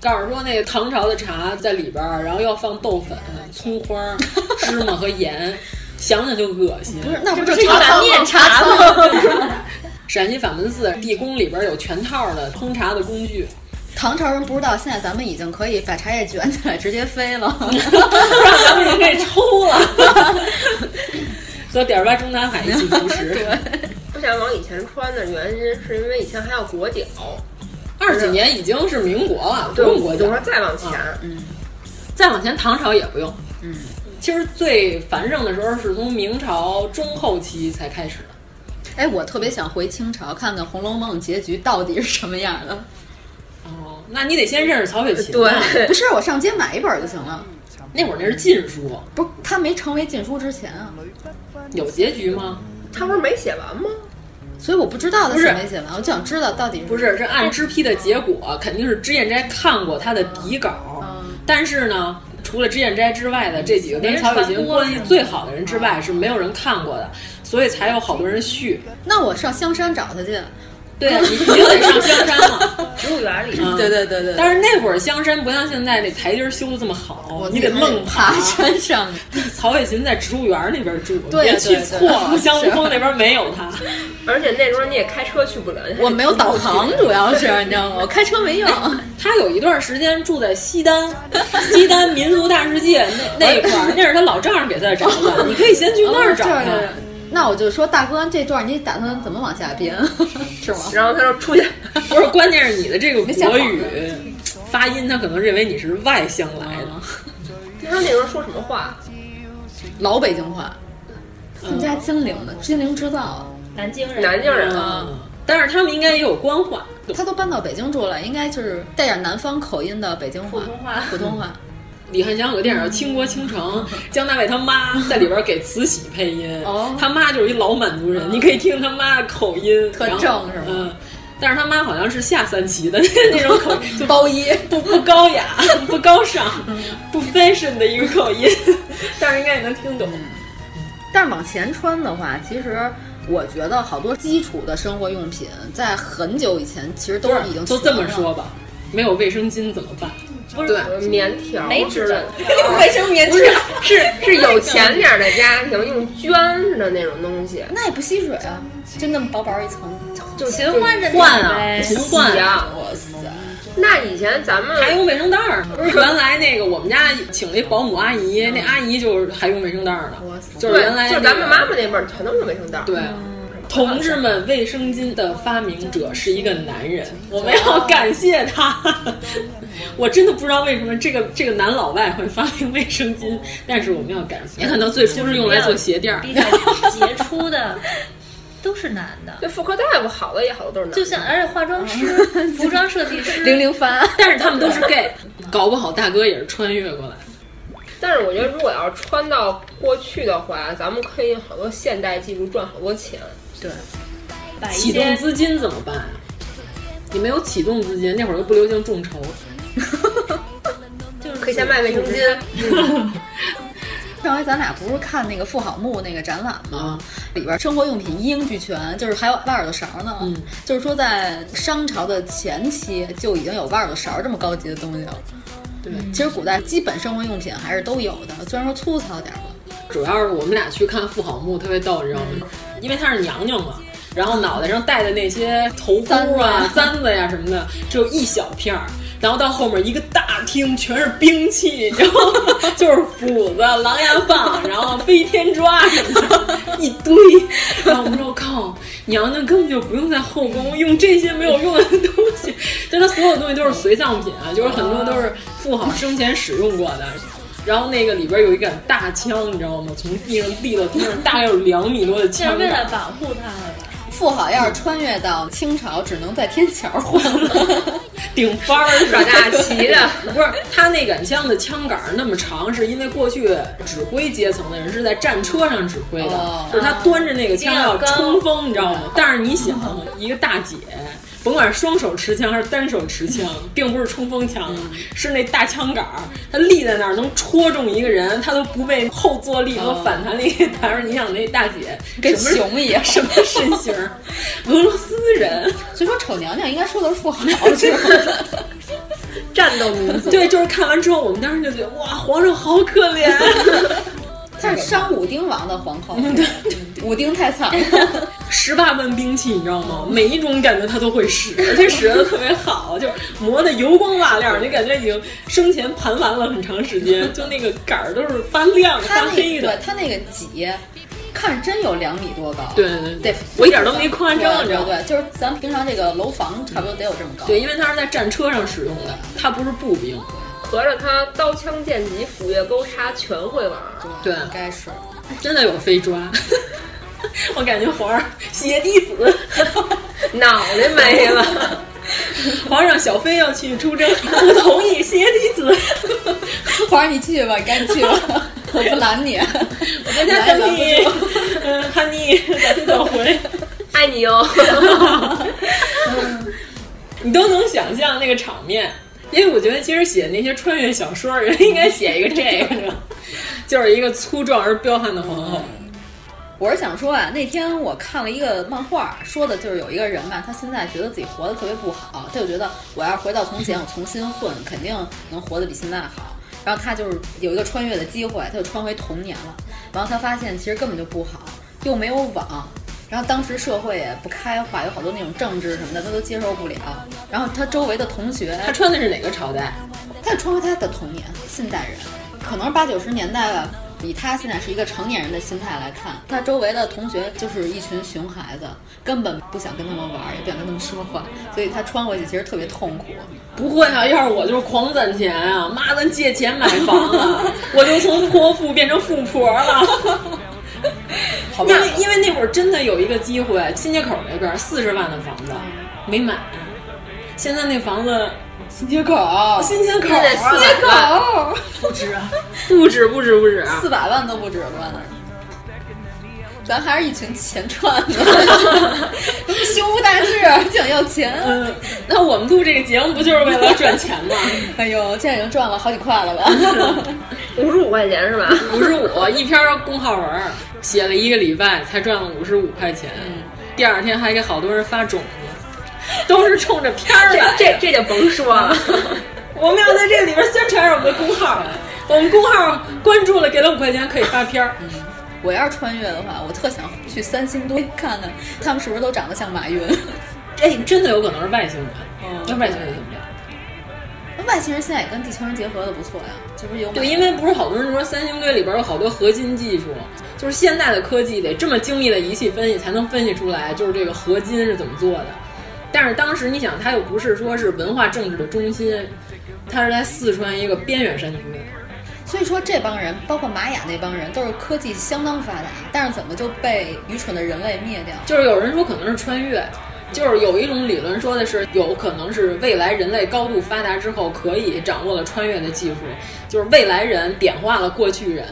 Speaker 3: 告诉说那个唐朝的茶在里边儿，然后要放豆粉、葱花、芝麻和盐，想想就恶心。
Speaker 4: 不是，那不
Speaker 5: 是
Speaker 4: 茶
Speaker 5: 面茶吗？
Speaker 3: 陕西法门寺地宫里边有全套的烹茶的工 具。
Speaker 4: 唐朝人不知道，现在咱们已经可以把茶叶卷起来直接飞 了，
Speaker 3: 咱们已经可以 抽了，和点儿吧中南海一起服食。
Speaker 2: 不想往以前穿的原因是因为以前还有裹脚。
Speaker 3: 二几年已经是民国了，
Speaker 2: 不
Speaker 3: 用国脚。
Speaker 2: 再往前、啊，
Speaker 4: 嗯，
Speaker 3: 再往前唐朝也不用。
Speaker 4: 嗯，
Speaker 3: 其实最繁盛的时候是从明朝中后期才开始的。
Speaker 4: 哎，我特别想回清朝看看《红楼梦》结局到底是什么样 的。
Speaker 3: 哦，那你得先认识曹雪芹。啊
Speaker 2: 对，
Speaker 4: 不是我上街买一本就行了。
Speaker 3: 那会儿那是禁书，
Speaker 4: 不是他没成为禁书之前啊。
Speaker 3: 有结局吗？
Speaker 2: 他不是没写完吗？
Speaker 4: 所以我不知道他写没写完，我就想知道到底
Speaker 3: 不是是按支批的结果，肯定是脂砚斋看过他的底稿，
Speaker 4: 嗯嗯、
Speaker 3: 但是呢，除了脂砚斋之外的这几个跟曹雪芹关系最好的人之外，是没有人看过的，所以才有好多人续。
Speaker 4: 那我上香山找他去。
Speaker 3: 对呀、啊，你你就得上香山了，
Speaker 5: 植物园里。
Speaker 3: 嗯、
Speaker 4: 对对对对。
Speaker 3: 但是那会儿香山不像现在那台阶修的这么好，你得 愣
Speaker 4: 爬山上。
Speaker 3: 曹雪芹在植物园那边住，
Speaker 4: 对
Speaker 3: 别去错了，香炉峰那边没有他。
Speaker 2: 而且那时候你也开车去不了，
Speaker 4: 我没有导 航，主要是你知道吗？我开车没 用。
Speaker 3: 他有一段时间住在西单，西单民族大世界那那块儿，那是他老丈人给他找的，你可以先去那
Speaker 4: 哦
Speaker 3: 儿找他。
Speaker 4: 那我就说，大哥，这段你打算怎么往下 编，是吗？
Speaker 3: 啊
Speaker 2: 然后他说出去，
Speaker 3: 不是，关键是你的这个国语发音，他可能认为你是外乡来的。
Speaker 2: 听说那时候说什么话？
Speaker 4: 老北京话。他们家
Speaker 3: 嗯
Speaker 4: 金陵的，金陵制造，
Speaker 5: 南京人，
Speaker 2: 南京人
Speaker 3: 啊。但是他们应该也有官话。
Speaker 4: 他都搬到北京住了，应该就是带点南方口音的北京话，普
Speaker 5: 通话，
Speaker 4: 普通话。
Speaker 3: 李翰祥有个电影叫《倾国倾城》，姜大卫他妈在里边给慈禧配音，哦、他妈就是一老满族人，你可以听他妈的口音，
Speaker 4: 特正是吗？
Speaker 3: 嗯，但是他妈好像是下三旗的 那种口音，就
Speaker 4: 包衣，
Speaker 3: 不不高雅，不高尚，不 fashion 的一个口音，嗯但是应该也能听懂。
Speaker 4: 但是往前穿的话，其实我觉得好多基础的生活用品，在很久以前其实都已经
Speaker 3: 都这么说吧，没有卫生巾怎么办？
Speaker 5: 不
Speaker 2: 是呃棉条，
Speaker 5: 没纸，
Speaker 3: 卫生棉条
Speaker 2: 是是有钱点的家庭用捐似的那种东西，
Speaker 4: 那也不吸水啊，就那么薄薄一层，
Speaker 2: 就
Speaker 5: 勤换着
Speaker 3: 换啊，勤换
Speaker 2: 啊！
Speaker 3: 哇塞，
Speaker 2: 那以前咱们
Speaker 3: 还用卫生袋儿呢。原来那个我们家请了一保姆阿姨，那阿姨就是还用卫生袋呢，就是原来
Speaker 2: 就咱们妈妈那辈儿全都是卫生袋。
Speaker 3: 对。同志们，卫生巾的发明者是一个男人，我们要感谢他。我真的不知道为什么这个这个男老外会发明卫生巾，但是我们要感谢。嗯可能最初是用来做鞋垫儿，
Speaker 5: 比较杰出的都是男的。
Speaker 2: 对，妇科大夫好的也好多都是男的，
Speaker 5: 就像而且化妆师、服装设计师
Speaker 4: 零零番，
Speaker 3: 但是他们都是 gay，搞不好大哥也是穿越过来的。
Speaker 2: 但是我觉得，如果要是穿到过去的话，咱们可以用好多现代技术赚好多钱。
Speaker 4: 对，
Speaker 3: 启动资金怎么办啊？你没有启动资金，那会儿又不流行众筹，
Speaker 5: 就是
Speaker 2: 可以先卖卫生巾。
Speaker 4: 上回咱俩不是看那个富好木那个展览
Speaker 3: 啊
Speaker 4: 吗？里边生活用品一应俱全，就是还有挖耳朵勺呢。
Speaker 3: 嗯，
Speaker 4: 就是说在商朝的前期就已经有挖耳朵勺这么高级的东西了。
Speaker 3: 对，
Speaker 4: 其实古代基本生活用品还是都有的，虽然说粗糙点儿吧。
Speaker 3: 主要是我们俩去看妇好墓特别逗，你知道吗？因为她是娘娘嘛，然后脑袋上戴的那些头箍啊、簪子呀、什么的，只有一小片儿。然后到后面一个大厅全是兵器，然后就是斧子、狼牙棒，然后飞天抓什么的，一堆。然后我们说，我靠，娘娘根本就不用在后宫用这些没有用的东西，但她所有东西都是随葬品啊，就是很多都是富豪生前使用过的。然后那个里边有一杆大枪，你知道吗？从地上立到天上，大概有两米多的
Speaker 5: 这是
Speaker 3: 枪
Speaker 5: 为
Speaker 3: 杆
Speaker 5: 了。保护他们吧？
Speaker 4: 富豪要是穿越到清朝，只能在天桥换了，
Speaker 3: 顶幡儿
Speaker 4: 耍大旗的
Speaker 3: 不是他那杆枪的枪杆儿那么长，是因为过去指挥阶层的人是在战车上指挥的，
Speaker 4: 哦
Speaker 3: 就是他端着那个枪要
Speaker 5: 一定要高
Speaker 3: 冲锋，你知道吗？但是你想，一个大姐。甭管是双手持枪还是单手 持枪，并不是冲锋
Speaker 4: 嗯
Speaker 3: 枪啊，是那大枪杆儿，它立在那儿能戳中一个人，它都不被后坐力和反弹力 弹出。你想那大姐
Speaker 4: 哦跟
Speaker 3: 什么
Speaker 4: 熊一样
Speaker 3: 什么身形 儿？俄罗斯人，
Speaker 4: 所以说丑娘娘应该说的是富豪，就是
Speaker 3: 战斗民 族。对，就是看完之后，我们当时就觉得哇，皇上好可怜。啊
Speaker 4: 她是商武丁王的皇后，对，武丁太惨了。
Speaker 3: 十八般兵器，你知道吗？每一种感觉他都会使，而且使的特别好，就是磨得油光瓦亮，你感觉已经生前盘完了很长时间，就那个杆儿都是发亮、
Speaker 4: 她
Speaker 3: 发
Speaker 4: 那
Speaker 3: 黑
Speaker 4: 个对
Speaker 3: 的。
Speaker 4: 她那个脊，看着真有两米多高。
Speaker 3: 对对对
Speaker 4: 对，
Speaker 3: 我一点都没夸张，你知
Speaker 4: 对
Speaker 3: 道
Speaker 4: 对
Speaker 3: 吗？
Speaker 4: 对，就是咱们平常这个楼房差不多得有这么高。
Speaker 3: 对，因为它是在战车上使用的，它不是步兵。
Speaker 2: 合着他刀枪剑戟斧钺钩叉全会玩儿，
Speaker 3: 对，
Speaker 4: 应该是。
Speaker 3: 真的有飞抓， 我感觉皇上血滴子，
Speaker 2: 脑袋没了。
Speaker 3: 皇上小妃要去出征，不同意血滴子。
Speaker 4: 皇上你去吧，赶紧去吧， 我不拦你。我
Speaker 3: 人家 等你，嗯，哈尼， 早去早回，
Speaker 2: 爱哎你哟。
Speaker 3: 你都能想象那个场面，因为我觉得其实写那些穿越小说，人应该写一个这个，就是一个粗壮而彪悍的皇后。
Speaker 4: 我是想说啊，那天我看了一个漫画，说的就是有一个人吧，他现在觉得自己活得特别不好，他就觉得我要是回到从前，我重新混，肯定能活得比现在好。然后他就是有一个穿越的机会，他就穿回童年了。然后他发现其实根本就不好，又没有网，然后当时社会也不开化，有好多那种政治什么的，他都接受不了。然后他周围的同学，
Speaker 3: 她穿的是哪个朝代？
Speaker 4: 他穿回他的童年，现代人，可能是八九十年代吧。以他现在是一个成年人的心态来看，他周围的同学就是一群熊孩子，根本不想跟他们玩，也不想跟他们说话，所以他穿回去其实特别痛苦。
Speaker 3: 不会啊，要是我就是狂攒钱啊，妈咱借钱买房 啊，我就从泼妇变成富婆了。
Speaker 4: 好吧
Speaker 3: 因为因为那会儿真的有一个机会，新街口那边四十万的房子没买，现在那房子
Speaker 4: 新街口，
Speaker 3: 新街口
Speaker 4: 新街
Speaker 3: 啊
Speaker 4: 口，
Speaker 3: 不值啊，不止不止不止啊！
Speaker 4: 四百万都不止吧？咱还是一群钱哎串子，胸无大志，就想要钱。
Speaker 3: 嗯，那我们录这个节目不就是为了赚钱吗？
Speaker 4: 哎呦，现在已经赚了好几块了吧？
Speaker 2: 五十五块钱是吧？
Speaker 3: 五十五一篇公号文儿，写了一个礼拜才赚了五十五块钱，第二天还给好多人发种子，都是冲着片儿
Speaker 2: 这
Speaker 3: 来
Speaker 2: 这
Speaker 3: 的。
Speaker 2: 这就甭说 了。
Speaker 3: 我们要在这里边宣传我们的公号， 我们公号关注了，给了五块钱可以发片儿。
Speaker 4: 我要是穿越的话，我特想去三星堆看看他们是不是都长得像马云。
Speaker 3: 哎，真的有可能是外星人，那外星人怎么样？
Speaker 4: 外星人现在也跟地球人结合的不错呀，这不是有
Speaker 3: 对，因为不是好多人说三星堆里边有好多合金技术，就是现代的科技得这么精密的仪器分析才能分析出来，就是这个合金是怎么做的。但是当时你想，它又不是说是文化政治的中心，它是在四川一个边远山区。
Speaker 4: 所以说这帮人，包括玛雅那帮人，都是科技相当发达，但是怎么就被愚蠢的人类灭 掉？
Speaker 3: 就是有人说可能是穿越，就是有一种理论说的是有可能是未来人类高度发达之后可以掌握了穿越的技术，就是未来人点化了过去人，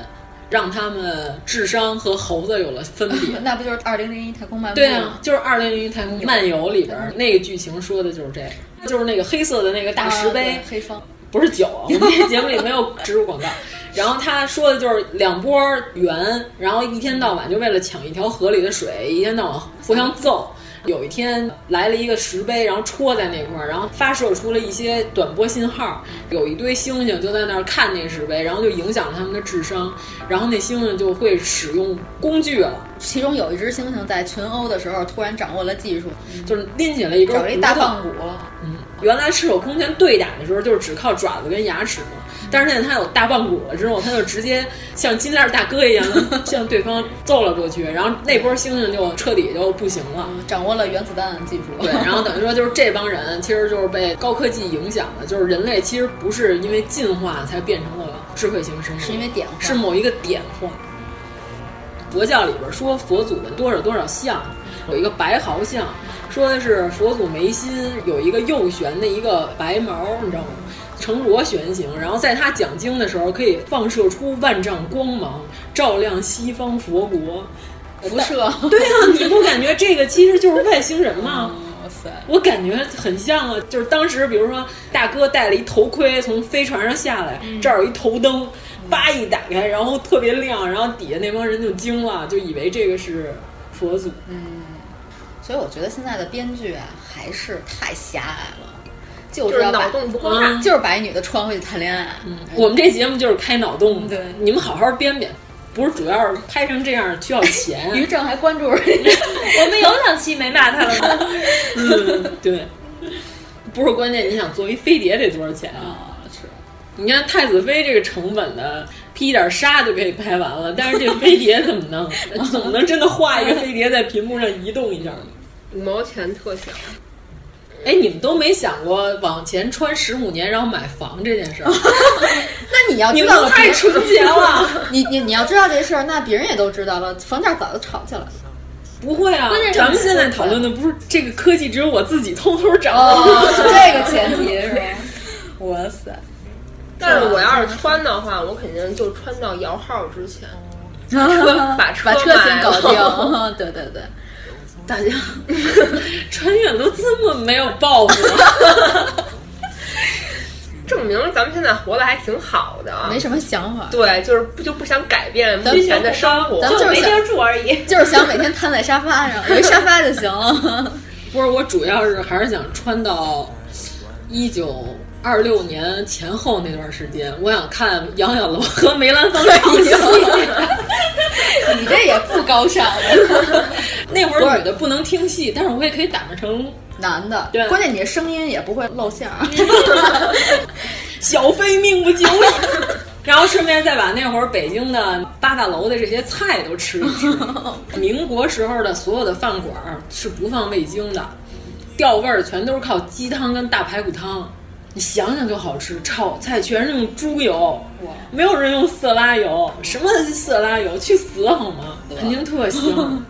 Speaker 3: 让他们智商和猴子有了分别。
Speaker 4: 那不就是二零零一太空漫步？
Speaker 3: 对啊，，就是《二零零一太空嗯漫游》里边儿那个剧情说的就是这个，就是那个黑色的那个大石
Speaker 4: 啊
Speaker 3: 碑
Speaker 4: 对，黑方。
Speaker 3: 不是酒啊，我们这节目里没有植入广告。然后他说的就是两拨猿，然后一天到晚就为了抢一条河里的水，一天到晚互相揍。有一天来了一个石碑，然后戳在那块儿，然后发射出了一些短波信号。有一堆猩猩就在那儿看那石碑，然后就影响了他们的智商，然后那猩猩就会使用工具了。
Speaker 4: 其中有一只猩猩在群殴的时候突然掌握了技术，
Speaker 3: 就是拎起了一根
Speaker 4: 找了一大棒骨。
Speaker 3: 嗯，原来赤手空拳对打的时候就是只靠爪子跟牙齿嘛，
Speaker 4: 嗯
Speaker 3: 但是现在他有大棒骨了之后，他就直接像金链大哥 一样向对方揍了过去，然后那波猩猩就彻底就不行了，
Speaker 4: 嗯掌握了原子弹技术。
Speaker 3: 对，啊然后等于说就是这帮人其实就是被高科技影响的，就是人类其实不是因为进化才变成了智慧型生物，
Speaker 4: 是因为点化，
Speaker 3: 是某一个点化。佛教里边说佛祖的多少多少像，有一个白毫像，说的是佛祖眉心有一个右旋的一个白毛，你知道吗？呈螺旋形，然后在他讲经的时候可以放射出万丈光芒，照亮西方佛国。
Speaker 4: 辐射，
Speaker 3: 对啊，你不感觉这个其实就是外星人吗？
Speaker 4: 哇塞，
Speaker 3: 我感觉很像啊，就是当时比如说大哥戴了一头盔从飞船上下来，
Speaker 4: 嗯
Speaker 3: 这儿有一头灯。叭一打开，然后特别亮，然后底下那帮人就惊了，就以为这个是佛祖。
Speaker 4: 嗯，所以我觉得现在的编剧啊，还是太狭隘了，
Speaker 2: 就是
Speaker 4: 要把
Speaker 2: 脑洞不够大、
Speaker 4: 嗯，就是把一女的穿回去谈恋爱。
Speaker 3: 嗯，我们这节目就是开脑洞，
Speaker 4: 嗯对，
Speaker 3: 你们好好编编。不是，主要是拍成这样需要 钱。啊
Speaker 4: 于正还关注人
Speaker 5: 家，我们有两期没骂他了吗？
Speaker 3: 嗯，对。不是关键，你想做一飞碟得多少钱啊？你看太子妃这个成本的，披点纱就可以拍完了，但是这飞碟怎么弄？ 总能真的画一个飞碟在屏幕上移动一下吗？
Speaker 2: 五毛钱特效。
Speaker 4: 啊
Speaker 3: 哎，你们都没想过往前穿十五年，然后买房这件事 儿？
Speaker 4: 那你要
Speaker 3: 你们太纯洁了！
Speaker 4: 你你你要知道这事儿，那别人也都知道了，房价早就炒起来了。
Speaker 3: 不会啊，咱们现在讨论的不是这个科技，只有我自己偷偷掌
Speaker 4: 握、哦，是这个前提是吧？哇塞！
Speaker 2: 但是我要是穿的话，我肯定就穿到摇号之前，
Speaker 4: 嗯
Speaker 2: 把
Speaker 4: 车把
Speaker 2: 车
Speaker 4: 先搞定。 对对对，
Speaker 3: 大家 穿越都这么没有抱负，
Speaker 2: 证明咱们现在活得还挺好的啊，
Speaker 4: 没什么想法。
Speaker 2: 对，就是不就不想改变目前的生活，
Speaker 4: 咱们就是
Speaker 5: 没地儿住而已，
Speaker 4: 就是想每天瘫在沙发上，有一沙发就行了。
Speaker 3: 不是，我主要是还是想穿到一九。二六年前后那段时间，我想看杨小楼和梅兰芳唱戏。
Speaker 4: 你这也不高尚。 啊
Speaker 3: 那会儿女的不能听戏，但是我也可以打扮成
Speaker 4: 男的。
Speaker 3: 对，
Speaker 4: 关键你的声音也不会露馅儿。
Speaker 3: 小飞命不久矣。 然后顺便再把那会儿北京的八大楼的这些菜都吃一吃。民国时候的所有的饭馆是不放味精的，调味儿全都是靠鸡汤跟大排骨汤。你想想就好吃，炒菜全是用猪油，没有人用色拉油，什么色拉油，去死好吗？肯定特香。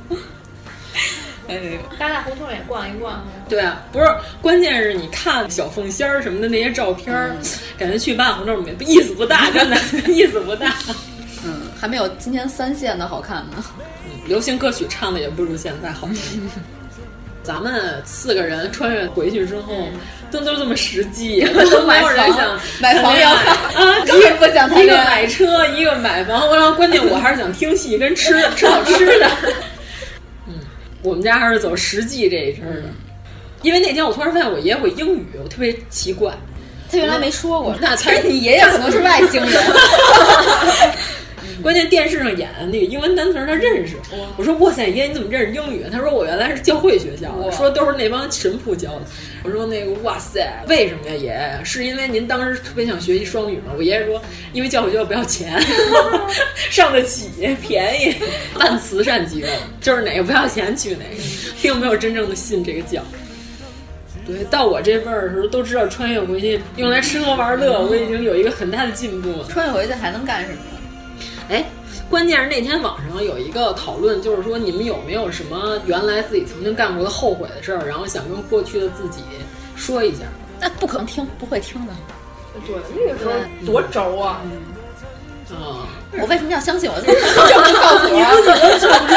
Speaker 4: 哎，
Speaker 5: 八大胡同也逛一逛。
Speaker 3: 对啊，不是，关键是你看小凤仙儿什么的那些照片，嗯、感觉去八大胡同没意思不大，真的意思不大。
Speaker 4: 嗯，还没有今天三线的好看 呢。
Speaker 3: 流行歌曲唱的也不如现在好。咱们四个人穿越回去之后，都都这么实际，嗯都没有人想
Speaker 4: 买房要看
Speaker 3: 啊，
Speaker 4: 根本不 想谈
Speaker 3: 一个买车，一个买房，然后关键我还是想听戏跟 吃吃好吃的。嗯，我们家还是走实际这一支的，因为那天我突然发现我爷爷会英语，我特别奇怪，
Speaker 4: 他原来没说 过，
Speaker 3: 那 才
Speaker 4: 是你爷爷可能是外星人。
Speaker 3: 关键电视上演那个英文单词他认识，我说哇塞爷你怎么认识英语？啊他说我原来是教会学校的，说都是那帮神父教的。我说那个哇塞，为什么呀爷？是因为您当时特别想学习双语吗？我爷爷说因为教会学校不要钱，上得起，便宜，办慈善机构，就是哪个不要钱去哪个， 并没有真正的信这个教。对，到我这辈儿的时候都知道穿越回去用来吃喝玩乐，我已经有一个很大的进步了。
Speaker 4: 穿越回去还能干什么？
Speaker 3: 哎，关键是那天网上有一个讨论，就是说你们有没有什么原来自己曾经干过的后悔的事儿，然后想跟过去的自己说一下？
Speaker 4: 那不可能听，不会听的。
Speaker 2: 对，那个时候 多轴啊！
Speaker 5: 嗯
Speaker 3: 啊、
Speaker 4: 嗯，我为什么要相信我自 己？这不靠谱。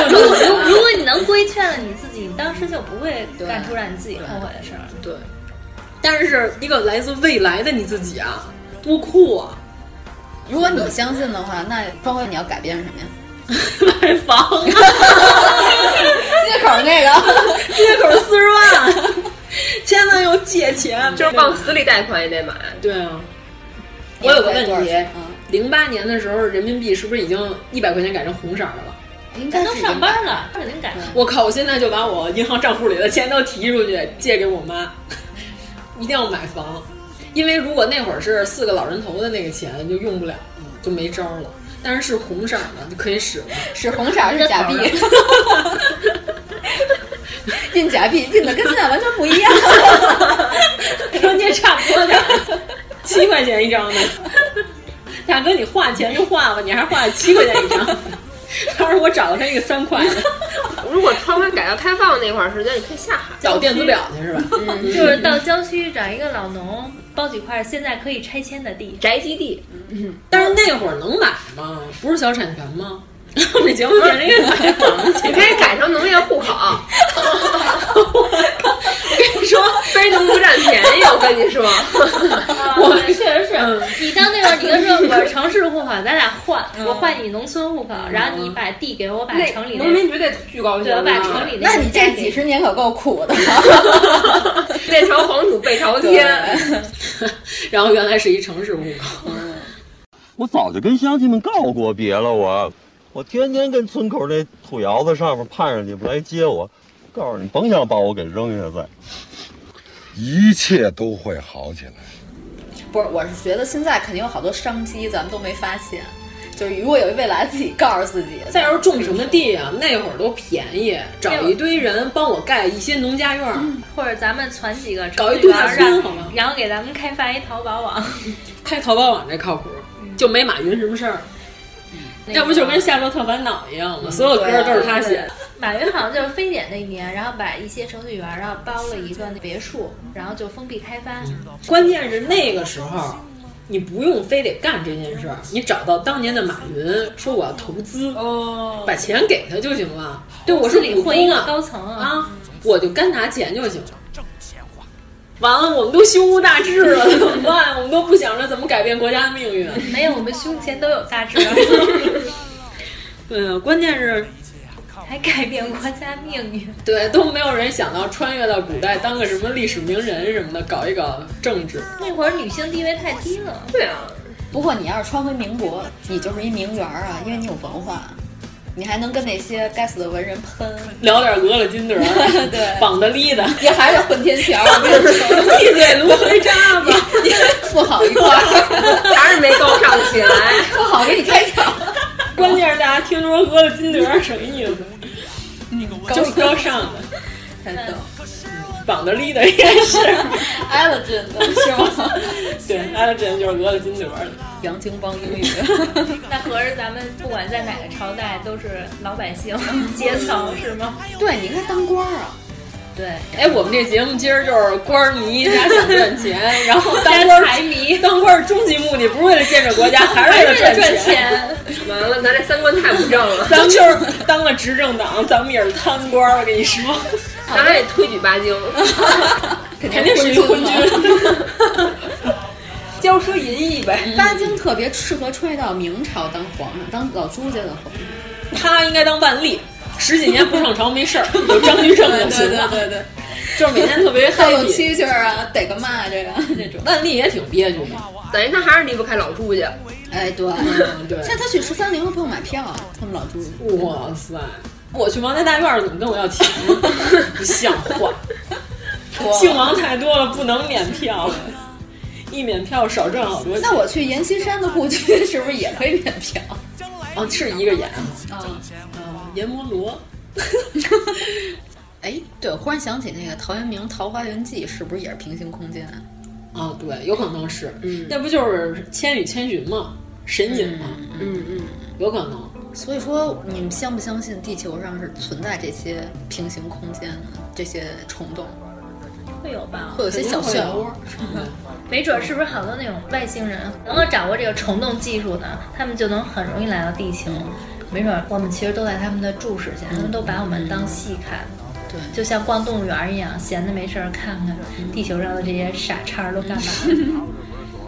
Speaker 5: 如果如果你能规劝了你自己，你当时就不会干出让你自己后悔的事儿。
Speaker 3: 对，但是一个来自未来的你自己啊，多酷啊！
Speaker 4: 如果你相信的话，那双辉你要改变什么呀？
Speaker 3: 买房，啊
Speaker 4: 借口那 个，
Speaker 3: 借口四十万，千万要借钱，
Speaker 2: 就是往死里贷款也得买。
Speaker 3: 对啊，我有个问题，零八年的时候人民币是不是已经一百块钱改成红色的了？
Speaker 4: 应该
Speaker 5: 都上班了，肯定改。
Speaker 3: 我靠！我现在就把我银行账户里的钱都提出去借给我妈，一定要买房，因为如果那会儿是四个老人头的那个钱就用不了了，就没招了。但是是红色的就可以使了，
Speaker 4: 使红色是假币， 印假币印的跟现在完全不一 样，
Speaker 3: 跟你差不多点儿， 七块钱一张呢。大哥，你换钱就换吧，你还花了七块钱一张。当时我找了他一个三 块的。
Speaker 2: 如果窗户改革开放那块儿时间，你可以下海
Speaker 3: 找电子表去是吧？
Speaker 5: 嗯，就是到郊区找一个老农包几块现在可以拆迁的地，
Speaker 2: 宅 基地。
Speaker 3: 嗯，但是那会儿能买吗？不是小产权吗？ 我们节目变成一个买房去，
Speaker 2: 你可以改成农业户口。
Speaker 3: 我跟你说，
Speaker 2: 非农不占便宜，我跟你说，
Speaker 3: 啊
Speaker 5: 我确实是。你到那会儿，你就说我城市户口，咱俩换，我换你农村户口，然后你把地给我，把
Speaker 3: 嗯
Speaker 5: 城里
Speaker 2: 农民绝对巨高兴。啊
Speaker 5: 对，我把城里
Speaker 4: 那你这几十年可够苦的。
Speaker 2: 背朝黄土背朝天，
Speaker 3: 然后原来是一城市户口。
Speaker 5: 哦
Speaker 10: 我早就跟乡亲们告过别了，我。我天天跟村口那土窑子上面盼着你们来接我，告诉你，甭想把我给扔下在，
Speaker 6: 一切都会好起来。
Speaker 4: 不是，我是觉得现在肯定有好多商机，咱们都没发现。就是如果有一未来，自己告诉自己。
Speaker 3: 再说种什么地啊，那会儿都便宜，找一堆人帮我盖一些农家院，嗯、
Speaker 5: 或者咱们攒几个
Speaker 3: 搞一度假村好吗？
Speaker 5: 然后给咱们开发一淘宝网，
Speaker 3: 开淘宝网这靠谱，
Speaker 5: 嗯
Speaker 3: 就没马云什么事儿。要不就跟《下周特烦恼》一样嘛，
Speaker 5: 嗯
Speaker 3: 所有歌都是他写的。
Speaker 5: 马云好像就是非典那年，然后把一些程序员，然后包了一个别墅，然后就封闭开发。
Speaker 3: 关键是那个时候，你不用非得干这件事儿，你找到当年的马云，说我要投资，
Speaker 5: 哦，
Speaker 3: 把钱给他就行了。对，我是
Speaker 5: 理混一个高层
Speaker 3: 啊，我就干拿钱就行了。完了，我们都胸无大志了， 怎么办？我们都不想着怎么改变国家的命运。
Speaker 5: 没有，我们胸前都有大志。
Speaker 3: 对啊，关键是
Speaker 5: 还改变国家命运。
Speaker 3: 对，都没有人想到穿越到古代当个什么历史名人什么的，搞一搞政治。
Speaker 5: 那会儿女性地位太低了。
Speaker 2: 对啊，
Speaker 4: 不过你要是穿回民国，你就是一名媛儿啊，因为你有文化。你还能跟那些该死的文人喷，
Speaker 3: 聊点俄勒金德，
Speaker 4: 对，
Speaker 3: 绑的立的，
Speaker 4: 也还是混天桥，
Speaker 3: 闭嘴芦灰渣子，
Speaker 4: 富好一块儿，
Speaker 2: 还是没高尚起来，
Speaker 4: 富好给你开窍。
Speaker 3: 关键是大家听说俄勒金德什么意思？嗯，就是高尚的，
Speaker 4: 太逗。
Speaker 3: 绑的立的也 是
Speaker 4: ，elegant 是吗？
Speaker 3: 对，elegant 就是俄勒金德的。
Speaker 4: 杨金帮英语，
Speaker 5: 那合着咱们不管在哪个朝代都是老百姓阶层是吗？
Speaker 4: 对，你应该当官啊。
Speaker 5: 对，
Speaker 3: 哎，我们这节目今儿就是官迷加想赚钱，然后当
Speaker 5: 官财迷，
Speaker 3: 当官终极目的不是为了建设国家，还是为了赚
Speaker 5: 钱。
Speaker 2: 赚钱完了，咱这三观太不正了。
Speaker 3: 咱们就是当了执政党，咱们也是贪官，我跟你说，
Speaker 2: 咱还得推举 八经，
Speaker 3: 肯定是一昏君。
Speaker 4: 啊
Speaker 2: 骄奢淫逸呗，
Speaker 4: 巴金特别适合穿越到明朝当皇上，当老朱家的皇 上。
Speaker 3: 他应该当万历，十几年不上朝没事儿，有张居正就
Speaker 4: 行
Speaker 3: 了。
Speaker 4: 对对对对，
Speaker 3: 就是每天特别
Speaker 4: 好有蛐蛐啊，逮个蚂蚱啊这种。
Speaker 3: 万历也挺憋屈的，
Speaker 2: 等于他还是离不开老朱家。
Speaker 4: 哎，对，
Speaker 3: 对。现
Speaker 4: 在他去十三陵都不用买票，啊他们老朱。
Speaker 3: 哇塞！我去王家大院怎么跟我要钱？不像 话！姓王太多了，不能免票。一免票少赚好多钱。
Speaker 4: 那我去阎锡山的故居是不是也可以免票？
Speaker 3: 哦，是一个阎
Speaker 4: 啊，
Speaker 3: 阎摩罗。
Speaker 4: 哎，对，我忽然想起那个陶渊明《桃花源记》，是不是也是平行空间？
Speaker 3: 啊，对，有可能是。嗯，那不就是《千与千寻》吗？神隐吗？
Speaker 4: 嗯嗯，
Speaker 3: 有可能。
Speaker 4: 所以说，你们相不相信地球上是存在这些平行空间呢？这些虫洞？
Speaker 5: 会有吧，
Speaker 4: 会有啊些小漩涡，
Speaker 3: 嗯
Speaker 5: 没准是不是好多那种外星人能够掌握这个虫洞技术呢？他们就能很容易来到地球。没准我们其实都在他们的注视下，他们都把我们当戏看，
Speaker 4: 对，
Speaker 5: 就像逛动物园一样，闲的没事儿看看地球上的这些傻叉都干嘛。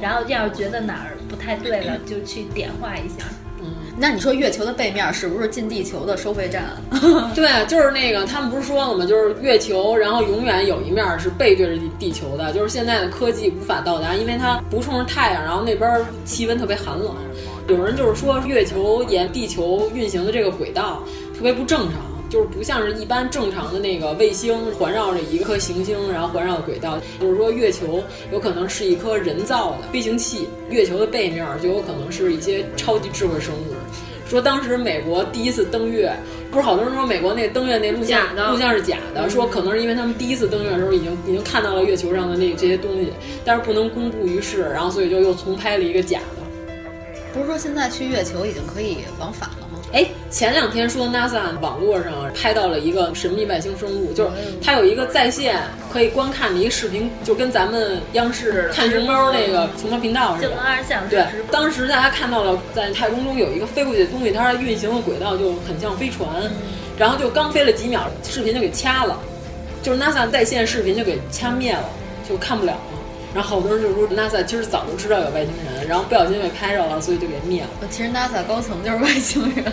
Speaker 5: 然后要是觉得哪儿不太对了，就去点化一下。
Speaker 3: 嗯
Speaker 4: 那你说月球的背面是不是近地球的收费站？啊
Speaker 3: 对，啊就是那个，他们不是说了吗？就是月球，然后永远有一面是背对着地地球的，就是现在的科技无法到达，因为它不冲着太阳，然后那边气温特别寒冷。有人就是说，月球沿地球运行的这个轨道特别不正常，就是不像是一般正常的那个卫星环绕着一颗行星，然后环绕轨道。就是说，月球有可能是一颗人造的飞行器，月球的背面就有可能是一些超级智慧生物。说当时美国第一次登月，不是好多人说美国那登月那录像
Speaker 2: 假的
Speaker 3: 录像是假的，嗯说可能是因为他们第一次登月的时候已经已经看到了月球上的那这些东西，但是不能公布于世，然后所以就又重拍了一个假的。
Speaker 4: 不是说现在去月球已经可以往返了吗？
Speaker 3: 哎，前两天说 NASA 网络上拍到了一个神秘外星生物，就是它有一个在线可以观看的一个视频，就跟咱们央视看熊猫那个熊猫频道似
Speaker 5: 就
Speaker 3: 的
Speaker 5: 能。二十四小时
Speaker 3: 对
Speaker 5: 直，播
Speaker 3: 当时大家看到了在太空中有一个飞过去的东西，它的运行的轨道就很像飞船，然后就刚飞了几秒，视频就给掐了，就是 NASA 在线视频就给掐灭了，就看不了了。然后好多人就说 NASA 其实早就知道有外星人，然后不小心被拍着了，所以就给灭了。
Speaker 4: 其实 NASA 高层就是外星人。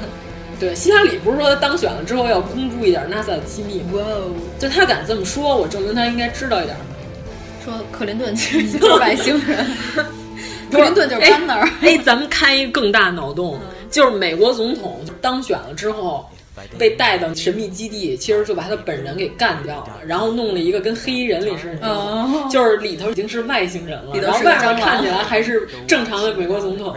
Speaker 3: 对，希拉里不是说他当选了之后要公布一点 NASA 的机密吗？哇哦，就他敢这么说，我证明他应该知道一点儿。
Speaker 4: 说克林顿其实 就是外星人，克林顿就是
Speaker 3: 哎
Speaker 4: 甘那儿。嗯
Speaker 3: 哎，咱们开一个更大脑洞，就是美国总统当选了之后。被带到神秘基地，其实就把他本人给干掉了，然后弄了一个跟黑衣人里似的，
Speaker 4: 哦
Speaker 3: 就是里头已经是外星人了，
Speaker 4: 里头
Speaker 3: 然后
Speaker 4: 是个
Speaker 3: 外
Speaker 4: 蟑
Speaker 3: 面
Speaker 4: 螂
Speaker 3: 看起来还是正常的美国总统，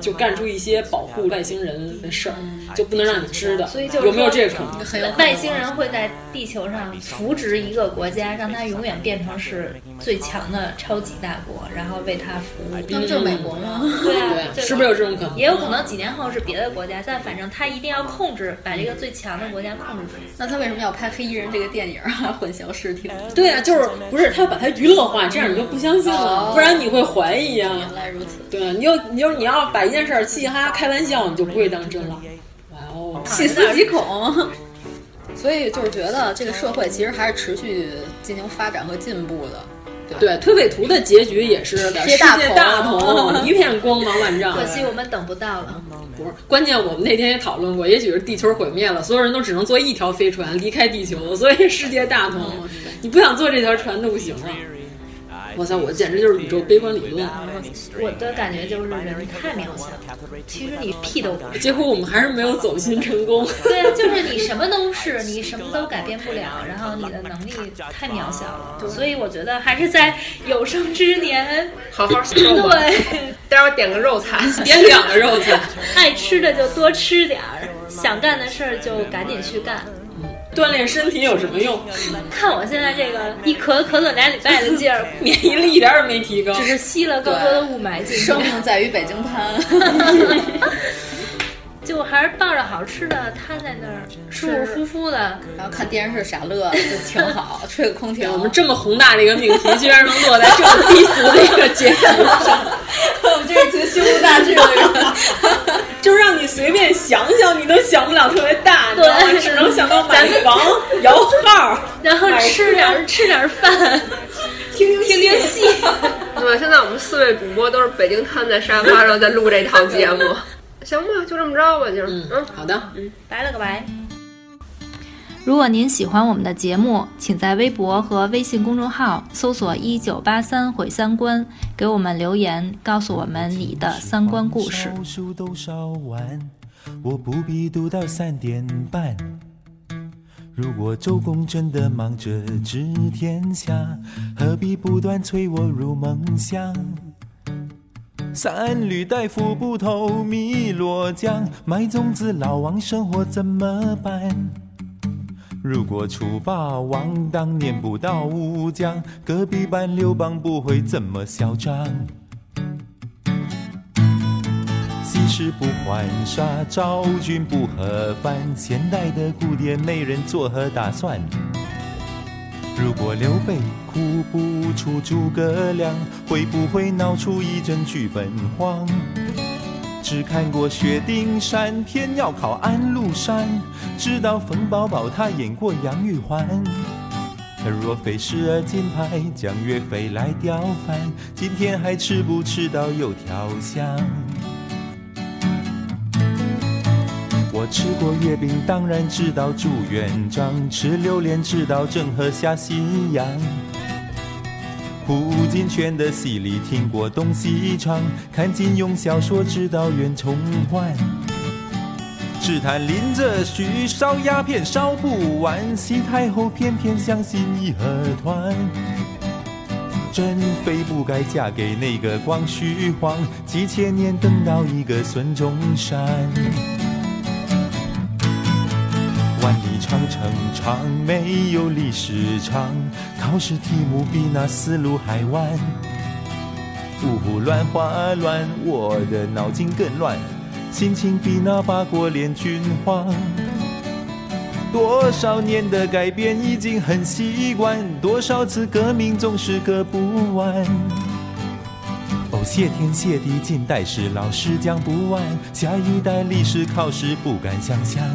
Speaker 3: 就干出一些保护外星人的事儿，
Speaker 4: 嗯
Speaker 3: 就不能让你知道，
Speaker 5: 所以就是
Speaker 3: 有没有
Speaker 5: 说
Speaker 3: 这个可能？
Speaker 5: 外星人会在地球上扶植一个国家，让它永远变成是最强的超级大国，然后为它服务。
Speaker 4: 那不就是美国吗
Speaker 5: 对啊，
Speaker 4: 对
Speaker 5: 这个
Speaker 4: 是不是有这种可能
Speaker 5: 也有可能几年后是别的国家，但反正它一定要控制，把这个最强的国家控制住。
Speaker 4: 那他为什么要拍《黑衣人》这个电影啊？ 混淆视听。
Speaker 3: 对啊，就是不是他要把它娱乐化，这样你就不相信
Speaker 4: 哦
Speaker 3: 了，不然你会怀疑啊。原
Speaker 4: 来如此。
Speaker 3: 对，你就你就是你要把一件事儿嘻嘻哈哈开玩笑，你就不会当真了。哇哦，
Speaker 4: 细思极恐。所以就是觉得这个社会其实还是持续进行发展和进步的。
Speaker 3: 对，推背图的结局也是的，
Speaker 4: 贴
Speaker 3: 世
Speaker 4: 大
Speaker 3: 界
Speaker 4: 同
Speaker 3: 大同，一片光芒万丈。
Speaker 5: 可惜我们等不到了。
Speaker 3: 不是，关键我们那天也讨论过，也许是地球毁灭了，所有人都只能坐一条飞船离开地球，所以世界大同。你不想坐这条船都不行了。哇塞，我简直就是宇宙悲观理论。
Speaker 5: 我的感觉就是人太渺小了，其实你屁都不是。
Speaker 3: 结果我们还是没有走心成功。
Speaker 5: 对啊，就是你什么都是，你什么都改变不了，然后你的能力太渺小了，所以我觉得还是在有生之年
Speaker 2: 好好享受吧
Speaker 5: 对，，
Speaker 2: 待会儿点个肉菜
Speaker 5: 点两
Speaker 3: 个肉菜，
Speaker 5: 爱吃的就多吃点儿，想干的事儿就赶紧去干。
Speaker 3: 锻炼身体有什么用？，
Speaker 5: 看我现在这个一咳咳了俩礼拜的劲儿
Speaker 3: 免疫力一点儿也没提高
Speaker 5: 只是吸了更多的雾霾进去。
Speaker 4: 生命在于北京滩。
Speaker 5: 就还是抱着好吃的瘫在那儿，舒舒服服的，
Speaker 4: 然后看电视傻乐就挺好，吹个空 调。
Speaker 3: 我们这么宏大的一个命题，居然能落在这么低俗的一个结局上，
Speaker 4: 我们这是群胸无大志的人。
Speaker 3: 就是让你随便想想，你都想不了特别大，你知道吗？
Speaker 5: 对
Speaker 3: 只能想到买房、摇号，
Speaker 5: 然后
Speaker 3: 买车
Speaker 5: 吃点儿吃点儿 饭，
Speaker 3: 听听
Speaker 5: 听听戏。
Speaker 2: 对，现在我们四位主播都是北京瘫在沙发上在录这套节目，行吧，就这么着吧，就是，嗯，
Speaker 3: 好的，
Speaker 2: 嗯，
Speaker 5: 拜了个拜。如果您喜欢我们的节目，请在微博和微信公众号搜索“一九八三毁三观”，给我们留言，告诉我们你的三观故事。
Speaker 11: 烧书都烧完，我不必读到三点半。如果周公真的忙着治天下，何必不断催我入梦乡？三闾大夫不投汨罗江，卖粽子老王生活怎么办？如果楚霸王当年不到乌江，隔壁班刘邦不会这么嚣张。西施不还沙，昭君不和番，现代的古典美人作何打算？如果刘备哭不出诸葛亮，会不会闹出一阵剧本荒？只看过薛丁山，偏要考安禄山，知道冯宝宝他演过杨玉环。
Speaker 3: 诚若非时而金牌，将岳飞来调翻，今天还吃不吃到油条香？我吃过月饼，当然知道朱元璋；吃榴莲，知道郑和下西洋。胡金铨的戏里听过东西唱，看金庸小说知道袁崇焕。只谈林则徐烧鸦片烧不完，西太后偏偏相信义和团。珍妃不该嫁给那个光绪皇，几千年等到一个孙中山。万里长城长，没有历史长。考试题目比那思路还弯。五胡乱华乱，我的脑筋更乱，心情比那八国联军慌。多少年的改变已经很习惯，多少次革命总是革不完。哦，谢天谢地，近代史老师讲不完，下一代历史考试不敢想象。